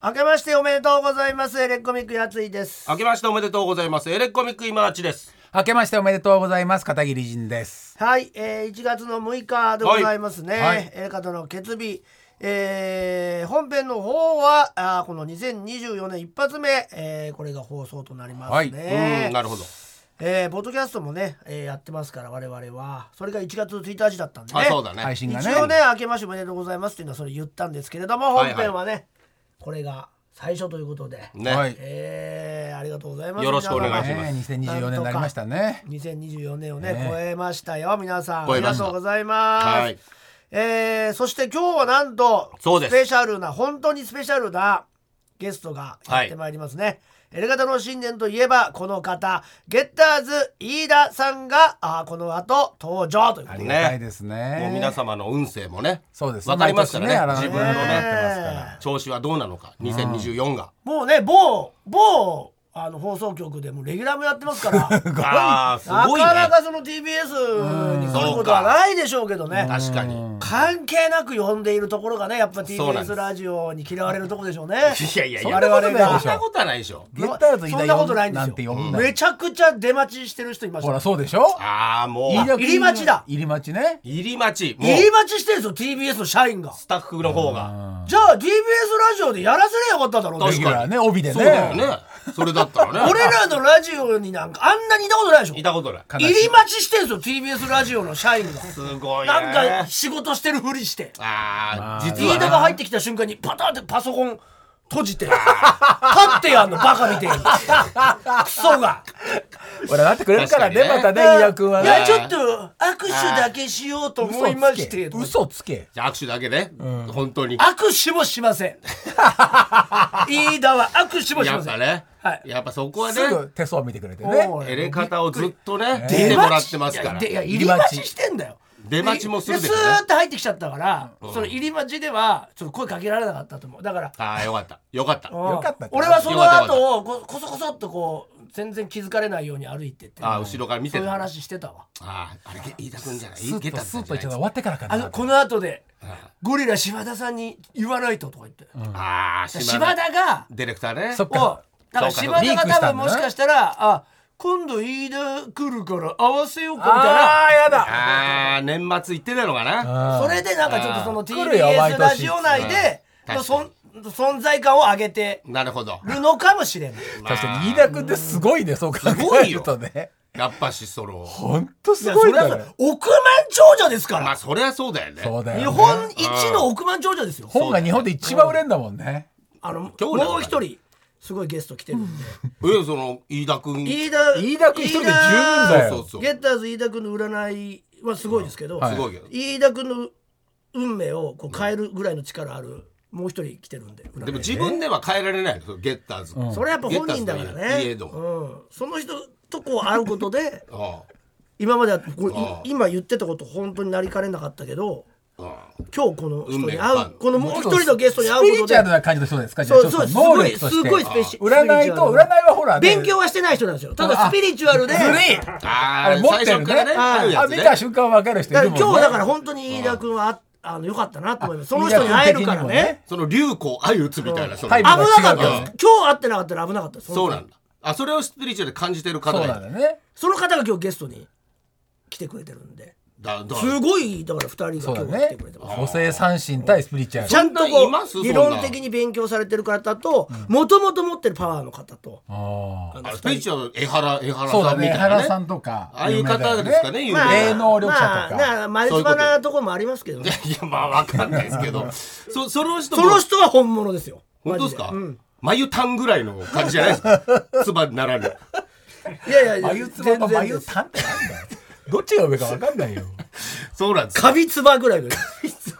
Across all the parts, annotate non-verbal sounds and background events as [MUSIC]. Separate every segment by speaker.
Speaker 1: 明けましておめでとうございますエレコミックやついです
Speaker 2: 明けましておめでとうございますエレコミック今あちです
Speaker 3: 明けましておめでとうございます片桐仁です
Speaker 1: はい、えー、1月の6日でございますね、
Speaker 3: はいはい
Speaker 1: エレカとの決日えー本編の方はあーこの2024年一発目、えーこれが放送となりますね、
Speaker 2: うんなるほど
Speaker 1: えーポッドキャストもね、えーやってますから我々はそれが1月1日だったんでね
Speaker 2: あそうだね
Speaker 3: 配信がね
Speaker 1: 一応ね明けましておめでとうございますっていうのはそれ言ったんですけれども
Speaker 2: はい
Speaker 1: 本
Speaker 2: はい
Speaker 1: 編はね、これが最初ということで、
Speaker 2: ね、
Speaker 3: はい
Speaker 1: えーありがとうございます
Speaker 2: よろしくお願いします
Speaker 3: ね2024年になりましたね
Speaker 1: 2024年をね
Speaker 3: ね
Speaker 1: 超えましたよ皆さんあ
Speaker 2: 超
Speaker 1: り
Speaker 2: え
Speaker 1: が
Speaker 2: ました
Speaker 1: とうございます、
Speaker 2: はい
Speaker 1: えーそして今日はなんと
Speaker 2: そうです
Speaker 1: スペシャルな本当にスペシャルなゲストがやってまいりますね、エレガタの新年といえばこの方ゲッターズ飯田さんがあーこの後登場というこ
Speaker 3: あ
Speaker 1: と
Speaker 3: り
Speaker 1: で
Speaker 3: がたいですね
Speaker 2: もう皆様の運勢もね
Speaker 3: そうです
Speaker 2: わかりますからね
Speaker 3: 毎年
Speaker 2: 自分の
Speaker 3: 改めてやって
Speaker 2: ね
Speaker 3: ますから
Speaker 2: 調子はどうなのか2024が、
Speaker 1: もうね某某あの放送局でもレギュラーもやってますから
Speaker 3: [LAUGHS]
Speaker 2: ああす
Speaker 1: な
Speaker 2: ごいね
Speaker 1: かなかその TBS に来ることはないでしょうけどね
Speaker 2: 確かに
Speaker 1: 関係なく呼んでいるところがねやっぱ
Speaker 2: そうな
Speaker 1: TBS
Speaker 2: んです
Speaker 1: ラジオに嫌われるとこでしょうね
Speaker 2: いやいやいや
Speaker 1: 我々が
Speaker 2: そんなことはないでしょ
Speaker 3: ゲッターズ飯
Speaker 1: そん
Speaker 3: 田
Speaker 1: なこ
Speaker 3: 呼
Speaker 1: と
Speaker 3: ぶ
Speaker 1: ないんで
Speaker 3: な
Speaker 1: す
Speaker 3: んて呼
Speaker 1: よ
Speaker 3: ぶんだ
Speaker 1: めちゃくちゃ出待ちしてる人いまし
Speaker 3: ほら
Speaker 1: た
Speaker 3: そうでしょ
Speaker 2: ああもう
Speaker 3: 飯田君
Speaker 1: 入り待ちだ
Speaker 3: 入り待ちね
Speaker 2: 入り待ちもう
Speaker 1: 入り待ちしてるんですよ TBS の社員が
Speaker 2: スタッフの方が
Speaker 1: じゃあ TBS ラジオでやらせりゃよかっただろう
Speaker 3: レ
Speaker 2: 確
Speaker 3: ギ
Speaker 1: ね
Speaker 3: ュラーね帯で
Speaker 2: そうだよね
Speaker 3: ね
Speaker 2: それだったらね
Speaker 1: 俺らのラジオになんかあんなにいたことないでしょ
Speaker 2: いたことない
Speaker 3: 悲しい
Speaker 1: 入り待ちしてるんですよ TBS ラジオの社員が
Speaker 2: すごいね
Speaker 1: なんか仕事してるふりして
Speaker 2: ああ実
Speaker 1: 飯
Speaker 2: はね
Speaker 1: 田が入ってきた瞬間にパタンってパソコン閉じて立ってやんのバカみてえにクソが
Speaker 3: ほらなってくれるからねま
Speaker 2: 確か
Speaker 3: た
Speaker 2: に
Speaker 3: ね飯田君はいね
Speaker 1: やちょっと握手だけしようと思いま
Speaker 3: 嘘つ
Speaker 1: して
Speaker 3: け嘘つけ
Speaker 2: じゃあ握手だけで、本当に
Speaker 1: 握手もしません飯田は握手もし
Speaker 2: [LAUGHS] や
Speaker 1: ま
Speaker 2: っ
Speaker 1: せ
Speaker 2: ぱ
Speaker 1: ん
Speaker 2: ね、
Speaker 1: はい
Speaker 2: やっぱそこはね
Speaker 3: すぐ手相見てくれてね
Speaker 1: もう
Speaker 2: 入れ方をずっとね見
Speaker 1: 出
Speaker 2: て
Speaker 1: 待ち
Speaker 2: もらってますから
Speaker 1: いやでいや入
Speaker 3: 入
Speaker 1: り
Speaker 3: り
Speaker 1: 待
Speaker 3: 待
Speaker 1: ち
Speaker 3: ち
Speaker 1: してんだよ
Speaker 2: 出待ちもする
Speaker 1: で
Speaker 2: で
Speaker 1: ス
Speaker 2: しょうね
Speaker 1: ーッと入ってきちゃったから、その入り待ちではちょっと声かけられなかったと思うだから
Speaker 2: ああよかったよかった
Speaker 1: うん
Speaker 3: よかったって
Speaker 1: 俺はその後をここそこそっとこう全然気づかれないように歩いてって
Speaker 2: ああ後ろから見て
Speaker 1: そういう
Speaker 2: たあ
Speaker 1: 話してたわ
Speaker 2: ああれ飯田君じゃない
Speaker 3: スッ
Speaker 2: ゲ
Speaker 3: と
Speaker 2: タ
Speaker 3: ス
Speaker 2: さ
Speaker 3: ッ
Speaker 2: んじ
Speaker 3: と
Speaker 2: ゃ
Speaker 3: 一応
Speaker 2: な
Speaker 3: 終
Speaker 2: い
Speaker 3: わってからか
Speaker 1: あ
Speaker 3: な
Speaker 1: のこの後でゴリラ柴田さんに言わないととか言って、
Speaker 2: ああ
Speaker 1: 柴田が
Speaker 2: ディレクターね
Speaker 3: そっ
Speaker 1: おだ
Speaker 3: か
Speaker 1: から
Speaker 2: そう
Speaker 1: 柴
Speaker 2: か
Speaker 1: 田が
Speaker 3: リーク
Speaker 1: 多
Speaker 3: し
Speaker 1: 分
Speaker 3: たんだ
Speaker 1: も
Speaker 3: な
Speaker 1: しかしたらあ今度飯田来るから合わせようかみ
Speaker 3: ああ
Speaker 1: た
Speaker 3: やだ
Speaker 2: ああ年末行ってたのかな
Speaker 1: いな
Speaker 3: あ
Speaker 1: それでなんかちょっとその
Speaker 3: 来るよ毎
Speaker 1: TBS
Speaker 3: 年
Speaker 1: ラジオ内で
Speaker 2: うん
Speaker 1: のそん存在感を上げて
Speaker 2: なるほど
Speaker 1: るのかもしれない。
Speaker 3: 確かに飯田君ってすごいねそう考えるとね
Speaker 2: やっぱしその
Speaker 3: ほんと
Speaker 1: い
Speaker 3: す
Speaker 1: や
Speaker 3: ごい
Speaker 1: それ
Speaker 3: か
Speaker 1: はそれ
Speaker 3: ら
Speaker 1: 億万長者ですから、
Speaker 2: まあそりゃそうだよね
Speaker 3: そうだよ、ね、
Speaker 1: 日本一の億万長者ですよ。
Speaker 3: 本が日本で一番売れんだもんね
Speaker 1: あのも
Speaker 2: 今日だから
Speaker 1: う一人すごいゲスト来てるんで。
Speaker 2: えその飯田君
Speaker 1: 飯田
Speaker 3: 飯田君一人で十分だよ
Speaker 2: そうそうそう
Speaker 1: ゲッターズ飯田君の占いはすごいですけど、
Speaker 3: はい
Speaker 2: すごいけど
Speaker 1: 飯田君の運命をこう変えるぐらいの力あるもう一人来てるんで占い
Speaker 2: でも自分では変えられないのそのゲッターズ
Speaker 1: それはやっぱ本人だから
Speaker 2: ゲッターズの
Speaker 1: ね
Speaker 2: 家
Speaker 1: う
Speaker 2: の
Speaker 1: ん、その人とこう会うことで
Speaker 2: あ
Speaker 1: 今まではこれい
Speaker 2: ああ
Speaker 1: 今言ってたこと本当になりかねなかったけど
Speaker 2: あああ
Speaker 1: 今日この人
Speaker 2: 運
Speaker 1: に
Speaker 2: 命が
Speaker 1: 会
Speaker 2: 変わ
Speaker 1: う
Speaker 2: る
Speaker 1: このもう一人のゲストに会
Speaker 3: ス
Speaker 1: う
Speaker 3: ピ
Speaker 1: こ
Speaker 3: リ
Speaker 1: と
Speaker 3: チュアル
Speaker 1: で
Speaker 3: な感じの人ですか
Speaker 1: そうそう
Speaker 3: じ
Speaker 1: す
Speaker 3: ゃあちょっと
Speaker 1: ごい
Speaker 3: 能力と
Speaker 1: す
Speaker 3: して
Speaker 1: ごいスペシャル
Speaker 3: 占いと占いはほらね
Speaker 1: 勉強はしてない人なんですよただスピリチュアルで
Speaker 3: ずるい
Speaker 2: あ
Speaker 3: あれ持って
Speaker 2: 最初
Speaker 3: るね
Speaker 2: からね
Speaker 1: ああ
Speaker 2: ある
Speaker 3: あ
Speaker 2: やつ
Speaker 3: 見
Speaker 2: ね
Speaker 3: た瞬間わかる人い
Speaker 1: だから
Speaker 3: るもん、ね、
Speaker 1: 今日だから本当に飯田君はああのよかったなと思いますその人に会えるからね
Speaker 2: その流行相打つみたいなその
Speaker 3: タイ
Speaker 1: 危
Speaker 3: プが
Speaker 1: な
Speaker 3: 違
Speaker 1: か
Speaker 3: う
Speaker 1: った
Speaker 3: から
Speaker 1: です
Speaker 3: ね
Speaker 1: 今日会ってなかったら危なかったです
Speaker 2: そうなんだあそれをスピリチュアルで感じてる方
Speaker 3: そう
Speaker 2: がい
Speaker 3: なん
Speaker 2: る
Speaker 3: だね
Speaker 1: その方が今日ゲストに来てくれてるんで
Speaker 2: だだ
Speaker 1: すごいだから2人
Speaker 3: そう
Speaker 1: が
Speaker 3: だ
Speaker 1: 今日来
Speaker 3: ね
Speaker 1: てくれてます
Speaker 3: 補正三振対スピリチュアル
Speaker 1: ちゃんと
Speaker 2: そんな
Speaker 1: こ
Speaker 2: んいます
Speaker 1: う
Speaker 2: そんな
Speaker 1: 理論的に勉強されてる方ともともと持ってるパワーの方と
Speaker 3: あ
Speaker 1: あ
Speaker 3: あ
Speaker 1: の
Speaker 2: あ
Speaker 1: 二
Speaker 2: スピリ
Speaker 1: 人
Speaker 2: チュアル江原江原
Speaker 3: そう
Speaker 2: さ
Speaker 3: だ
Speaker 2: んみ
Speaker 3: ね
Speaker 2: たい
Speaker 3: 原
Speaker 2: な
Speaker 3: さ
Speaker 2: ね
Speaker 3: んとか
Speaker 2: ああいう
Speaker 3: 有名だ
Speaker 2: 方
Speaker 3: よ
Speaker 2: ですかね有名
Speaker 1: まあ
Speaker 3: 霊能力者とか
Speaker 1: まあまれつばなとこもありますけどね
Speaker 2: いやまあわかんないです
Speaker 1: [LAUGHS]
Speaker 2: けどそその人も
Speaker 1: その人は本物ですよ
Speaker 2: 本当です
Speaker 1: マ
Speaker 2: か
Speaker 1: ジうん
Speaker 2: 眉タンぐらいの感じじゃないで
Speaker 1: [LAUGHS]
Speaker 2: すかつばならぬ
Speaker 1: いやいやいや
Speaker 3: 眉つばと
Speaker 1: 全然
Speaker 3: 眉
Speaker 1: です
Speaker 3: たんってなんだよどっちが上かわかんないよ
Speaker 2: そうなんです
Speaker 1: カビつばぐらいのつ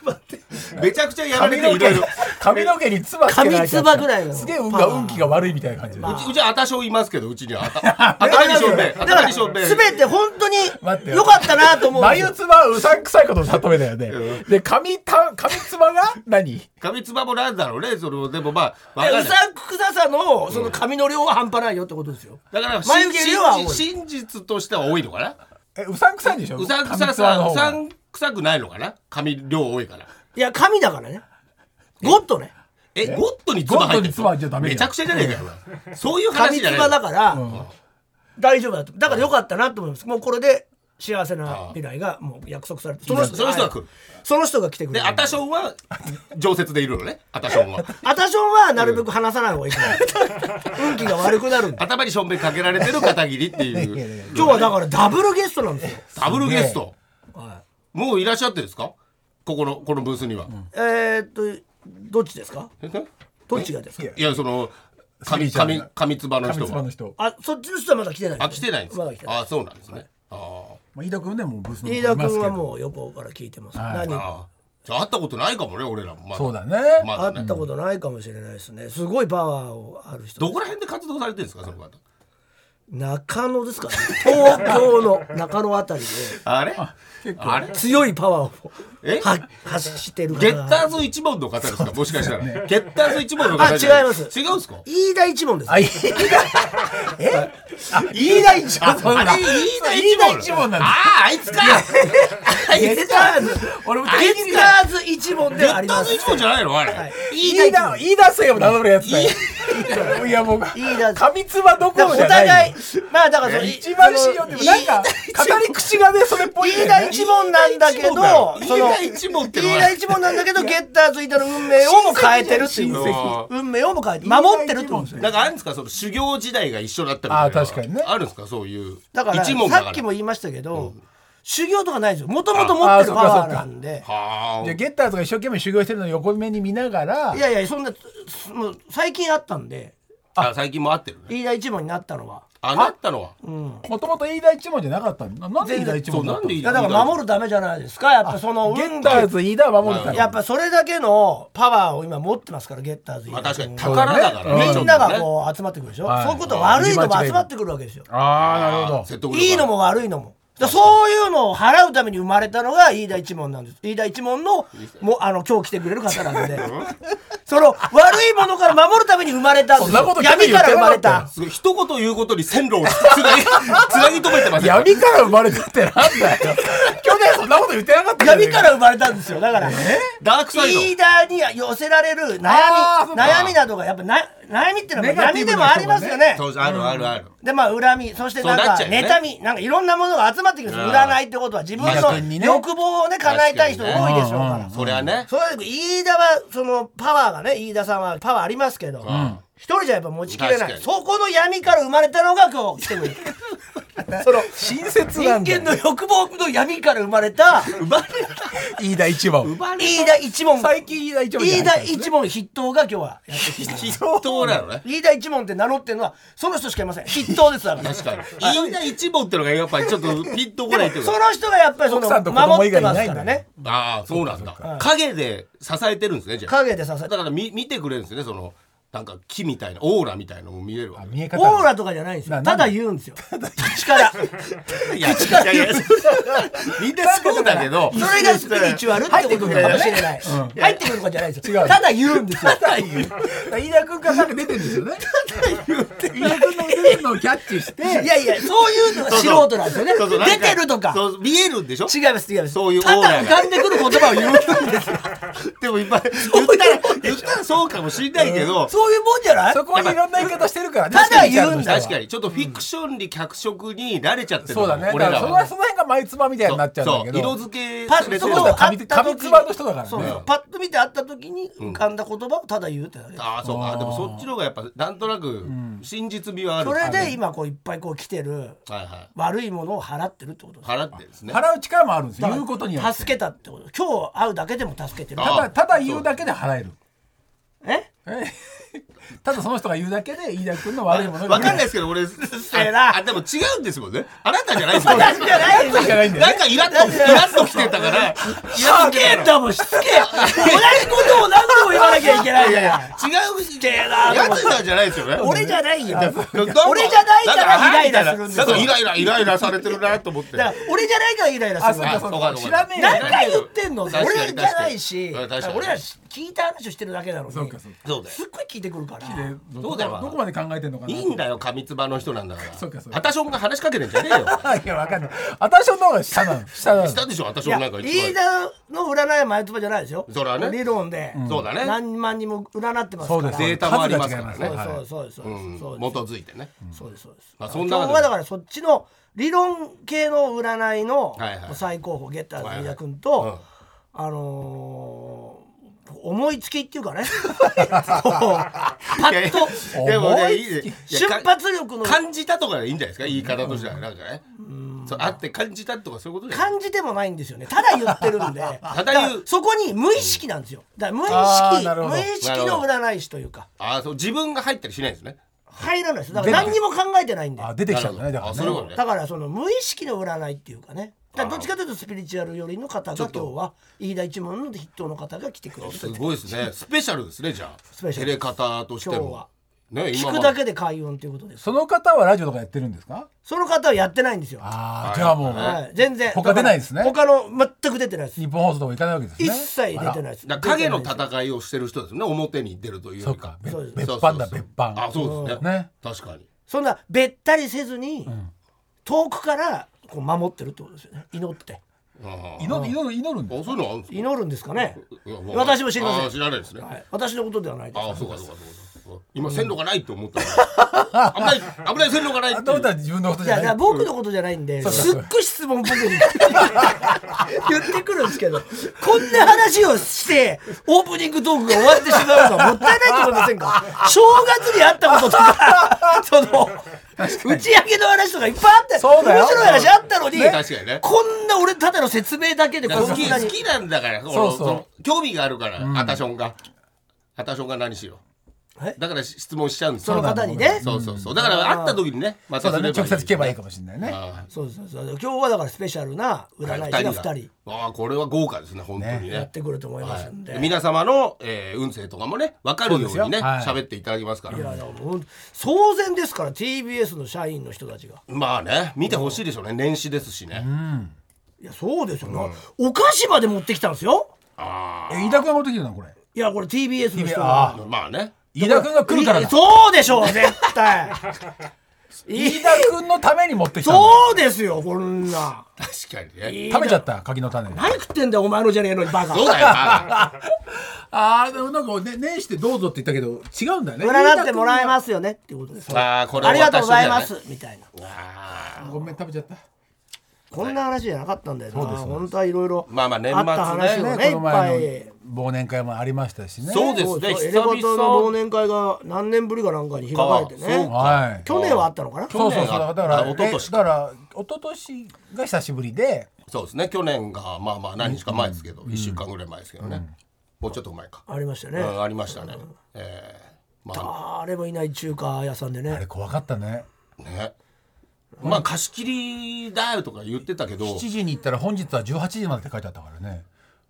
Speaker 1: ばって
Speaker 2: めちゃくちゃやられ
Speaker 3: 髪
Speaker 2: ていろ
Speaker 3: の毛
Speaker 2: いろ
Speaker 3: 髪の毛につばつけない
Speaker 1: 髪つばぐらいの
Speaker 3: すげえ運が運気が悪いみたいな感じで、
Speaker 2: うちうちはあたしょういますけどうちにはあ
Speaker 1: [LAUGHS]
Speaker 2: たあたりしょんべいあ
Speaker 1: だか
Speaker 2: た
Speaker 1: ら
Speaker 2: りしょんべい
Speaker 1: 全て本当
Speaker 3: 待っ
Speaker 1: に
Speaker 3: てよ
Speaker 1: 良かったなと思うんです
Speaker 3: 眉
Speaker 1: よ
Speaker 3: つばはうさんくさいことの例えだよね。で、髪た、髪つばが何
Speaker 2: 髪つばもなんだろうねそれでもまあわ
Speaker 1: い
Speaker 2: か
Speaker 1: やう
Speaker 2: んない
Speaker 1: さんくささのその髪の量は半端ないよってことですよ
Speaker 2: だから真
Speaker 1: 眉毛量は多い
Speaker 2: 真真実としては多いのかな
Speaker 3: え、うさんくさいんでしょ
Speaker 2: うさんくさ
Speaker 3: 髪つばの
Speaker 2: さう
Speaker 3: 方
Speaker 2: さ
Speaker 3: が
Speaker 2: んくさくないのかな髪量多いから
Speaker 1: いや神だからねゴッドね
Speaker 2: ええゴッドに唾入って
Speaker 3: ゴッドに唾入っちゃダメじゃん
Speaker 2: めちゃくちゃじゃねえかよそういう
Speaker 1: 紙
Speaker 2: 話じゃ
Speaker 1: 唾
Speaker 2: ない
Speaker 1: だから、
Speaker 3: うん
Speaker 1: 大丈夫だとだからよかったなと思いますもうこれで幸せな未来がもう約束されてそ
Speaker 2: その人が来る
Speaker 1: はいその人が来てくれ
Speaker 2: で
Speaker 1: る
Speaker 2: アタションは常設でいるのねアタションは
Speaker 1: アタションはなるべく話さない方がいいから、運気が悪くな
Speaker 2: [LAUGHS]
Speaker 1: るんで
Speaker 2: 頭にしょんべんかけられてる片桐って
Speaker 3: [LAUGHS] いやいやい
Speaker 2: い
Speaker 3: や
Speaker 2: う
Speaker 1: 今日はだからダブルゲストなんですよ、
Speaker 2: ダブルゲスト
Speaker 1: は
Speaker 2: もういらっしゃってるんですかここのこのブースには、
Speaker 1: い、えー、っとどっちですか
Speaker 2: え
Speaker 1: どっちがですか
Speaker 2: いやその
Speaker 3: 杉
Speaker 2: 紙
Speaker 3: ちゃん
Speaker 2: 紙紙つばの
Speaker 3: 神
Speaker 2: 人
Speaker 3: 様の
Speaker 2: は
Speaker 3: 人。
Speaker 1: あそっちの人はまだ来てない
Speaker 2: あ来てないんです
Speaker 1: ま
Speaker 2: か
Speaker 1: だ来てない
Speaker 2: あそうなんですねあ
Speaker 3: まあ、飯田君ね、もうブースの方に
Speaker 1: 飯
Speaker 3: いま
Speaker 1: 田
Speaker 3: すけ
Speaker 1: 君
Speaker 3: ど
Speaker 1: はもう横から聞いてます、
Speaker 3: はい
Speaker 1: 何
Speaker 2: ーあーじゃあ会ったことないかもね俺らもまだ
Speaker 3: そうだね。
Speaker 2: まだ
Speaker 1: 会っ
Speaker 2: ね
Speaker 1: たことないかもしれないですねすごいパワーをある人
Speaker 2: どこら辺で活動されてるんですかその方
Speaker 1: 中野ですかね東京の中野あたりで
Speaker 2: あれあれ
Speaker 1: 強いパワーを
Speaker 2: え
Speaker 1: は発してる方
Speaker 2: ゲッターズ一門の方ですかもしか
Speaker 3: [LAUGHS]
Speaker 2: したらゲッターズ一門の
Speaker 1: あ
Speaker 2: 方じゃな
Speaker 1: 違います
Speaker 2: 違うんですか
Speaker 1: 飯田一門です [LAUGHS]
Speaker 3: あ、飯田。え。あ、飯田一
Speaker 2: あ
Speaker 3: 門。そうだ
Speaker 2: あれ飯田一門
Speaker 3: 飯田一門なん
Speaker 2: あ
Speaker 3: だ。
Speaker 2: ああいつかあい
Speaker 1: ゲ
Speaker 2: つ
Speaker 1: ッ
Speaker 2: か
Speaker 1: ターズ
Speaker 3: 俺も
Speaker 1: ゲッターズ一門で
Speaker 2: ゲ
Speaker 1: はあ
Speaker 2: ッ
Speaker 1: り
Speaker 2: タ
Speaker 1: ま
Speaker 2: ー
Speaker 1: す
Speaker 2: ズ一門じゃないのあれ
Speaker 3: 飯田、飯田生を名乗るやつだよ。いや、もう。
Speaker 1: 飯田
Speaker 3: 神妻どこ
Speaker 1: だ
Speaker 3: ろ
Speaker 1: から
Speaker 3: じ
Speaker 1: お
Speaker 3: ゃな
Speaker 1: 互
Speaker 3: いよ。
Speaker 1: いまあだからその
Speaker 3: 一番信用って
Speaker 1: その
Speaker 3: なんか語り口がねそれっぽいんだ
Speaker 1: 飯
Speaker 3: よね
Speaker 1: 田一門なんだけど
Speaker 2: 飯田一門だ
Speaker 1: その
Speaker 2: 飯田一門ってのは
Speaker 1: 飯田一門なんだけどゲッターズ飯田の運命をも変えてるっていう
Speaker 3: 親
Speaker 2: 戚じゃん
Speaker 1: 運命をも変えて守ってるってことですよ
Speaker 2: なんかあるんですかその修行時代が一緒だったみたいな
Speaker 3: あー確かにね
Speaker 2: あるんですかそういう
Speaker 1: だから
Speaker 2: 一門だから
Speaker 1: さっきも言いましたけど、修行とかないですよもともと持ってるパ
Speaker 3: ああそっかそっ
Speaker 1: ワー
Speaker 3: か
Speaker 1: なんで
Speaker 2: は
Speaker 3: じゃあ
Speaker 2: あ
Speaker 3: ゲッターズが一生懸命修行してるのを横目に見ながら
Speaker 1: いやいやそんなすもう最近あったんで
Speaker 2: あ最近も会ってるね
Speaker 1: 飯田一門になったのは
Speaker 2: あなったのは
Speaker 3: もともと飯田一門じゃなかったのななんで飯田一門だった
Speaker 2: そうなんで飯
Speaker 3: の
Speaker 1: いやだから守るためじゃないですかやっぱその
Speaker 3: ゲ
Speaker 1: 運
Speaker 3: ッター
Speaker 1: が
Speaker 3: ズ飯田は守るため
Speaker 1: やっぱそれだけのパワーを今持ってますからゲッターズ
Speaker 2: まあ確かに
Speaker 1: 飯田一門
Speaker 2: 宝だから
Speaker 3: そうだ
Speaker 2: ね
Speaker 3: ね
Speaker 1: みんなが
Speaker 2: ちょっ
Speaker 1: こう集まってくるでしょ、
Speaker 3: はい
Speaker 1: そういうことは悪いのも
Speaker 3: はい
Speaker 1: 集まってくるわけですよ
Speaker 3: ああ
Speaker 2: とね
Speaker 3: なる
Speaker 2: あ
Speaker 3: ほ
Speaker 2: ー
Speaker 3: ど
Speaker 2: 説得力ある
Speaker 1: いいのも悪いのもだからそういうのを払うために生まれたのが飯田一門なんです飯田一門のもうあの今日来てくれる方
Speaker 3: [LAUGHS]
Speaker 1: なんでその悪いものから守るために生まれたんです
Speaker 3: そんな
Speaker 1: よ
Speaker 3: こと
Speaker 1: 闇から生まれ
Speaker 3: 言
Speaker 1: た
Speaker 2: すごい一言言うごとに線路をつなぎつなぎ止めてますね
Speaker 3: 闇から生まれたってなんだよ [LAUGHS] 去年そんなこと言ってなかったよね
Speaker 1: 闇から生まれたんですよだから
Speaker 2: ダークサイド
Speaker 1: 飯田に寄せられる悩み
Speaker 3: あーそうか
Speaker 1: 悩みなどがやっぱな悩みってのは
Speaker 3: ネガテ
Speaker 1: 闇
Speaker 3: ィブ
Speaker 1: でも
Speaker 3: な
Speaker 1: あり
Speaker 3: 人が
Speaker 1: ま
Speaker 3: ね
Speaker 1: すよね
Speaker 2: そうあるあるある
Speaker 1: でまあ恨みそしてなん
Speaker 2: そうな
Speaker 1: か
Speaker 2: っちゃうよね
Speaker 1: 妬みなんかいろんなものが集まってくるんですよ
Speaker 2: うん
Speaker 1: 占いってことは自分
Speaker 3: 逆に
Speaker 1: の
Speaker 3: ね
Speaker 1: 欲望をね叶えたい人多いでしょうか
Speaker 3: 確かに
Speaker 1: ら
Speaker 3: ねうんうんうん
Speaker 2: そりゃね
Speaker 1: それは飯田はそのパワーがね飯田さんはパワーありますけど一人じゃやっぱ持ちきれな
Speaker 2: 確
Speaker 1: い
Speaker 2: かに
Speaker 1: そこの闇から生まれたのが
Speaker 3: [LAUGHS]
Speaker 1: 今日来てくれるその
Speaker 3: 親切
Speaker 1: 人
Speaker 3: なんだよ
Speaker 1: 間の欲望の闇から生まれ
Speaker 3: [LAUGHS]
Speaker 1: た
Speaker 3: 飯田一門
Speaker 1: 飯田一門
Speaker 3: 最近飯田一門
Speaker 1: 飯田一門筆頭が今日はやってきてくれる
Speaker 2: 筆頭なのね
Speaker 1: 飯田一門って名乗ってるのはその人しかいません筆頭ですだから
Speaker 2: 確かに飯田一門ってのがやっぱりちょっとピンとこないという
Speaker 1: そ
Speaker 2: か
Speaker 1: の人がやっぱりその
Speaker 3: 奥さんと子供
Speaker 1: 守
Speaker 3: 以
Speaker 1: って
Speaker 3: 外
Speaker 1: ま
Speaker 3: い
Speaker 1: す
Speaker 3: ない
Speaker 1: か
Speaker 3: んだ
Speaker 1: らね
Speaker 2: ああそうなんだ影で支えてるんですねじゃあ
Speaker 1: 影で支え
Speaker 2: だからみ見てくれるんですねそのなんか木みたいなオーラみたいなのも見えるわ
Speaker 3: あ
Speaker 2: け
Speaker 3: 見え方
Speaker 1: オーラとかじゃないんですよ
Speaker 3: な
Speaker 1: た
Speaker 3: なんだ
Speaker 1: だ言うんですよ口からそ
Speaker 2: いやいやいやいやみんなそうだけど
Speaker 1: れがスピリチュアルってことかもしれない
Speaker 3: うん
Speaker 1: 入ってくるとかじゃないです
Speaker 3: 違
Speaker 1: よ
Speaker 3: う
Speaker 1: ただ言うんですよ
Speaker 3: 飯田君からなんか出てるんですよね飯田君の出てるのをキャッチして
Speaker 1: いやいやそういうのが素人なんですよね
Speaker 2: そうそう
Speaker 1: 出てるとか
Speaker 2: そう見えるんでしょ
Speaker 1: 違います違います
Speaker 2: そういうオー
Speaker 1: ただ
Speaker 2: ラが
Speaker 1: 浮かんでくる言葉を言うんですよ
Speaker 2: でもいっぱい言ったら言ったらそうかもしれないけど
Speaker 1: そういうもんじゃない
Speaker 3: そこにいろんな言い方してるからね
Speaker 1: ただ言うんだわ
Speaker 2: 確かにちょっとフィクションに脚色に慣れちゃってるの
Speaker 3: そうだねだか
Speaker 2: 俺
Speaker 3: ら
Speaker 2: ら
Speaker 3: その
Speaker 2: は
Speaker 3: その辺が眉唾みたいになっちゃうんだけど
Speaker 2: そう色付け
Speaker 1: パ
Speaker 2: さ
Speaker 1: ッ
Speaker 2: れ
Speaker 1: と
Speaker 2: て
Speaker 1: こ
Speaker 2: る
Speaker 1: う
Speaker 3: そうだ
Speaker 1: 会った時
Speaker 3: 紙つばの人だからね
Speaker 1: そうそうパッと見て会った時に浮かんだ言葉をただ言うってだけ
Speaker 2: ああそうかでもそっちの方がやっぱなんとなく真実味はある
Speaker 1: それで今こういっぱいこう来てる
Speaker 2: はいは
Speaker 1: 悪いものを払ってるってこと
Speaker 2: い
Speaker 1: です
Speaker 2: 払ってるんですね
Speaker 3: 払う力もあるんですよ言うことによって
Speaker 1: 助けたってこと今日会うだけでも助けてる
Speaker 2: あ
Speaker 3: ただただ言うだけで払える
Speaker 1: え
Speaker 3: えただその人が言うだけで飯田君の悪いものが
Speaker 2: わかんないですけど俺
Speaker 1: えな
Speaker 2: ああでも違うんですもんねあなたじゃないですもんね
Speaker 1: 私じゃないです
Speaker 3: じゃないんだよ
Speaker 2: な
Speaker 3: ね
Speaker 2: んかイラッとイラッときてたから
Speaker 1: しつけえんだもんしつけえ同じことを何度も言わなきゃいけない
Speaker 2: い
Speaker 1: じ
Speaker 2: や
Speaker 1: ゃ
Speaker 2: い
Speaker 1: ない
Speaker 2: や違うし
Speaker 1: な
Speaker 2: やつなんじゃないですよね
Speaker 1: [LAUGHS] 俺じゃないよ
Speaker 2: なんか
Speaker 1: 俺じゃないからイライラするんです
Speaker 2: な
Speaker 1: よ
Speaker 2: んかイライライライラされてるなと思って
Speaker 1: だから俺じゃないからイライラ
Speaker 3: あ
Speaker 1: す
Speaker 3: そ
Speaker 1: る
Speaker 3: う
Speaker 1: わ
Speaker 3: か
Speaker 1: け
Speaker 2: そ
Speaker 3: そう
Speaker 2: うか
Speaker 3: か知らねえ
Speaker 1: 何
Speaker 3: よ
Speaker 1: 回言ってんの
Speaker 2: 確かに
Speaker 1: 俺じゃないし
Speaker 2: 確かに
Speaker 1: 俺ら聞いた話をしてるだけなのに
Speaker 3: そうかそう
Speaker 2: そうだよ
Speaker 1: すっごい聞いてくるから
Speaker 3: でど
Speaker 2: そうだよ
Speaker 3: どこまで考えてんのかない
Speaker 2: いんだよ上つばの人なんだから
Speaker 3: そうかそうか
Speaker 2: アタションが話しかけてんじゃねえよ
Speaker 3: いやわかんないアタションの方が下なの下なの
Speaker 2: したでしょアタシ
Speaker 1: い
Speaker 2: ョ
Speaker 1: や
Speaker 2: ン
Speaker 1: リ
Speaker 2: なんか一
Speaker 1: ー
Speaker 2: 番
Speaker 1: ダーの占いは前つばじゃないですよ
Speaker 2: それはね
Speaker 1: 理論で、
Speaker 2: そうだね
Speaker 1: 何万人も占ってますか
Speaker 3: そ
Speaker 1: ら
Speaker 3: うです
Speaker 2: データもありますからね
Speaker 3: 数が違いま
Speaker 1: そう
Speaker 3: す
Speaker 1: そうそうですそう
Speaker 2: う
Speaker 1: です
Speaker 2: ん基
Speaker 1: そうです
Speaker 2: づいてね
Speaker 1: そうですそうです。
Speaker 2: まあそ
Speaker 1: 今
Speaker 2: ん
Speaker 1: 日
Speaker 2: なわけで
Speaker 1: はだからそっちの理論系の占いの
Speaker 2: はいはい
Speaker 1: 最高峰ゲッターズ飯田君
Speaker 2: はいはいうん
Speaker 1: とあのー思いつきっていうかね [LAUGHS] こうパッと
Speaker 2: いやでもねいいねいや
Speaker 1: 出発力の
Speaker 2: 感じたとかでいいんじゃないですか言い方としてはなんかねそうあって感じたとかそういうことじゃない
Speaker 1: 感じてもないんですよねただ言ってるんで
Speaker 2: ただ言う
Speaker 1: からそこに無意識なんですよだから無意
Speaker 3: あーなるほど
Speaker 1: 識無意識の占い師というか
Speaker 2: ああそう自分が入ったりしないですね
Speaker 1: 入らないですだから何にも考えてないんで
Speaker 3: あ出てきちゃうんだねだ
Speaker 2: なる
Speaker 3: か
Speaker 2: ほ
Speaker 3: ら
Speaker 2: ど
Speaker 3: ね
Speaker 2: あそれはね
Speaker 1: だからその無意識の占いっていうかねだからどっちかというとスピリチュアル寄りの方が今日は飯田一門の筆頭の方が来てくれる
Speaker 2: すごいで
Speaker 1: [LAUGHS]
Speaker 2: すねスペシャルですねじゃ
Speaker 1: ス
Speaker 2: あ
Speaker 1: ペシャ
Speaker 2: 照
Speaker 1: ル
Speaker 2: れ方として
Speaker 1: 今日は
Speaker 2: もね
Speaker 1: 聞
Speaker 2: 今
Speaker 1: く
Speaker 2: ま
Speaker 1: だ
Speaker 2: で
Speaker 1: けで開運ということです
Speaker 3: その方はラジオとかやってるんですか
Speaker 1: その方はやってないんですよ、
Speaker 3: あ
Speaker 2: は
Speaker 3: あ
Speaker 2: い
Speaker 3: じゃあもう
Speaker 1: はい、全然
Speaker 3: 他出ないですね
Speaker 1: だから他の全く出てないです
Speaker 3: 日本放送とか行かないわけですね
Speaker 1: 一切出てない
Speaker 3: あ
Speaker 1: で
Speaker 3: ら
Speaker 1: す
Speaker 2: だから影の
Speaker 1: 出てない
Speaker 2: 戦いをしてる人ですね表に出るというよ
Speaker 3: そう
Speaker 2: り
Speaker 3: か
Speaker 2: か
Speaker 3: 別
Speaker 1: そうです
Speaker 3: 別
Speaker 2: そうそう
Speaker 3: 班だ
Speaker 2: そう
Speaker 3: 別班
Speaker 2: あそうですね
Speaker 3: ね
Speaker 2: 確かに
Speaker 1: ですそんなべったりせずに、遠くからこう守ってるってことですよね祈って
Speaker 2: あ
Speaker 3: 祈る祈る祈るんだ
Speaker 2: あそういうのあるんですか
Speaker 1: 祈るんですかね
Speaker 2: いや
Speaker 1: 私も知りません
Speaker 2: あ知らないですね
Speaker 1: はい、私のことではないです
Speaker 2: あそうかそうかそうか今線路がないって思ったから危ない危ない線路がないって
Speaker 3: と思った
Speaker 2: い
Speaker 3: ら
Speaker 2: う
Speaker 3: 自分のこと
Speaker 1: い
Speaker 3: じゃ
Speaker 1: や
Speaker 3: な
Speaker 1: だ
Speaker 3: い
Speaker 1: から僕のことじゃないんで、
Speaker 3: そう
Speaker 1: すっごい質問僕に [LAUGHS] 言ってくるんですけどこんな話をしてオープニングトークが終わってしまうのはもったいないと思いませんか正月にあったこととかその打ち上げの話とかいっぱいあって
Speaker 3: そうだよ
Speaker 1: 面白い話あったのに,、
Speaker 2: ね確かにね
Speaker 1: こんな俺ただの説明だけで
Speaker 2: い
Speaker 1: こ
Speaker 2: や好
Speaker 1: ん
Speaker 2: き
Speaker 1: なに
Speaker 2: 好きなんだからこの
Speaker 3: そうそう
Speaker 2: その興味があるから、アタションがアタションが何しろ
Speaker 1: え
Speaker 2: だから質問しちゃうんです
Speaker 1: その
Speaker 2: よ
Speaker 1: 方にね
Speaker 2: そうそうそうだから会った時にねま
Speaker 3: そ
Speaker 2: た
Speaker 3: うだね
Speaker 2: すれば
Speaker 3: 直接聞けばいいか
Speaker 2: も
Speaker 3: もしれないね
Speaker 1: そうそうそう今日はだからスペシャルな占い師が2人
Speaker 2: ああこれは豪華ですね本当にね
Speaker 1: やってくると思いますんで。
Speaker 2: はい皆様の、えー運勢とかもね分かるよう
Speaker 3: そう
Speaker 2: に
Speaker 3: で
Speaker 2: ね
Speaker 3: すよはい
Speaker 2: 喋、っていただきますから
Speaker 1: いやでもほんと騒然ですから TBS の社員の人たちが
Speaker 2: まあね見てほしいでしょうね年始ですしね、
Speaker 1: いやそうですよ、ねお菓子まで持ってきたんですよ
Speaker 2: あ
Speaker 3: え飯田君が持ってきてるのこれ
Speaker 1: いやこれ TBS の人
Speaker 3: あ
Speaker 1: が
Speaker 2: あまあね
Speaker 3: 飯田君が来るから
Speaker 1: いや
Speaker 3: だ
Speaker 1: そうでしょう絶
Speaker 2: [LAUGHS]
Speaker 1: 対
Speaker 3: 飯田君のために持ってきたんだ
Speaker 1: そうですよこんな
Speaker 2: 確かにね
Speaker 3: 食べちゃった柿の種
Speaker 1: 何食ってんだよお前のじゃねえのにバカ
Speaker 2: そうだよ
Speaker 1: [LAUGHS]
Speaker 2: バ
Speaker 3: ああでもなんかね年してどうぞって言ったけど違うんだね
Speaker 1: 占ってもらえますよねっていうことです
Speaker 2: カああこれ
Speaker 1: ありがとうございま
Speaker 2: 私じゃ
Speaker 1: すみたいな
Speaker 2: ないあ
Speaker 3: ごめん食べちゃった
Speaker 1: こんな話じゃなかったんだよな本当はいろいろ
Speaker 2: まあまあ年末ね
Speaker 1: あった話をね
Speaker 3: ね
Speaker 1: い
Speaker 3: この
Speaker 1: っぱい
Speaker 3: 前の忘年会もありましたしね
Speaker 2: そうです
Speaker 1: そうそう
Speaker 2: ね
Speaker 1: エレガタ
Speaker 2: 久々
Speaker 1: の忘年会が何年ぶりかなんかに開かれて
Speaker 2: ああそう
Speaker 1: ね
Speaker 2: か
Speaker 3: はい
Speaker 1: 去年はあったのかな
Speaker 3: そうそうそう
Speaker 2: 去年が
Speaker 3: だから
Speaker 2: あ一昨年
Speaker 3: えだから一昨年が久しぶりで
Speaker 2: そうですね去年がまあまあ何日か前ですけど、一週間ぐらい前ですけどね、もうちょっと前か、
Speaker 1: ありました
Speaker 2: う
Speaker 1: ね
Speaker 2: ん、ありましたね、えー、ま
Speaker 1: 誰もいない中華屋さんで
Speaker 3: あ
Speaker 1: ね
Speaker 3: れ怖かったね
Speaker 2: あねまあ貸し切りだよとか言ってたけど
Speaker 3: 7時に行ったら本日は18時までって書いてあったからね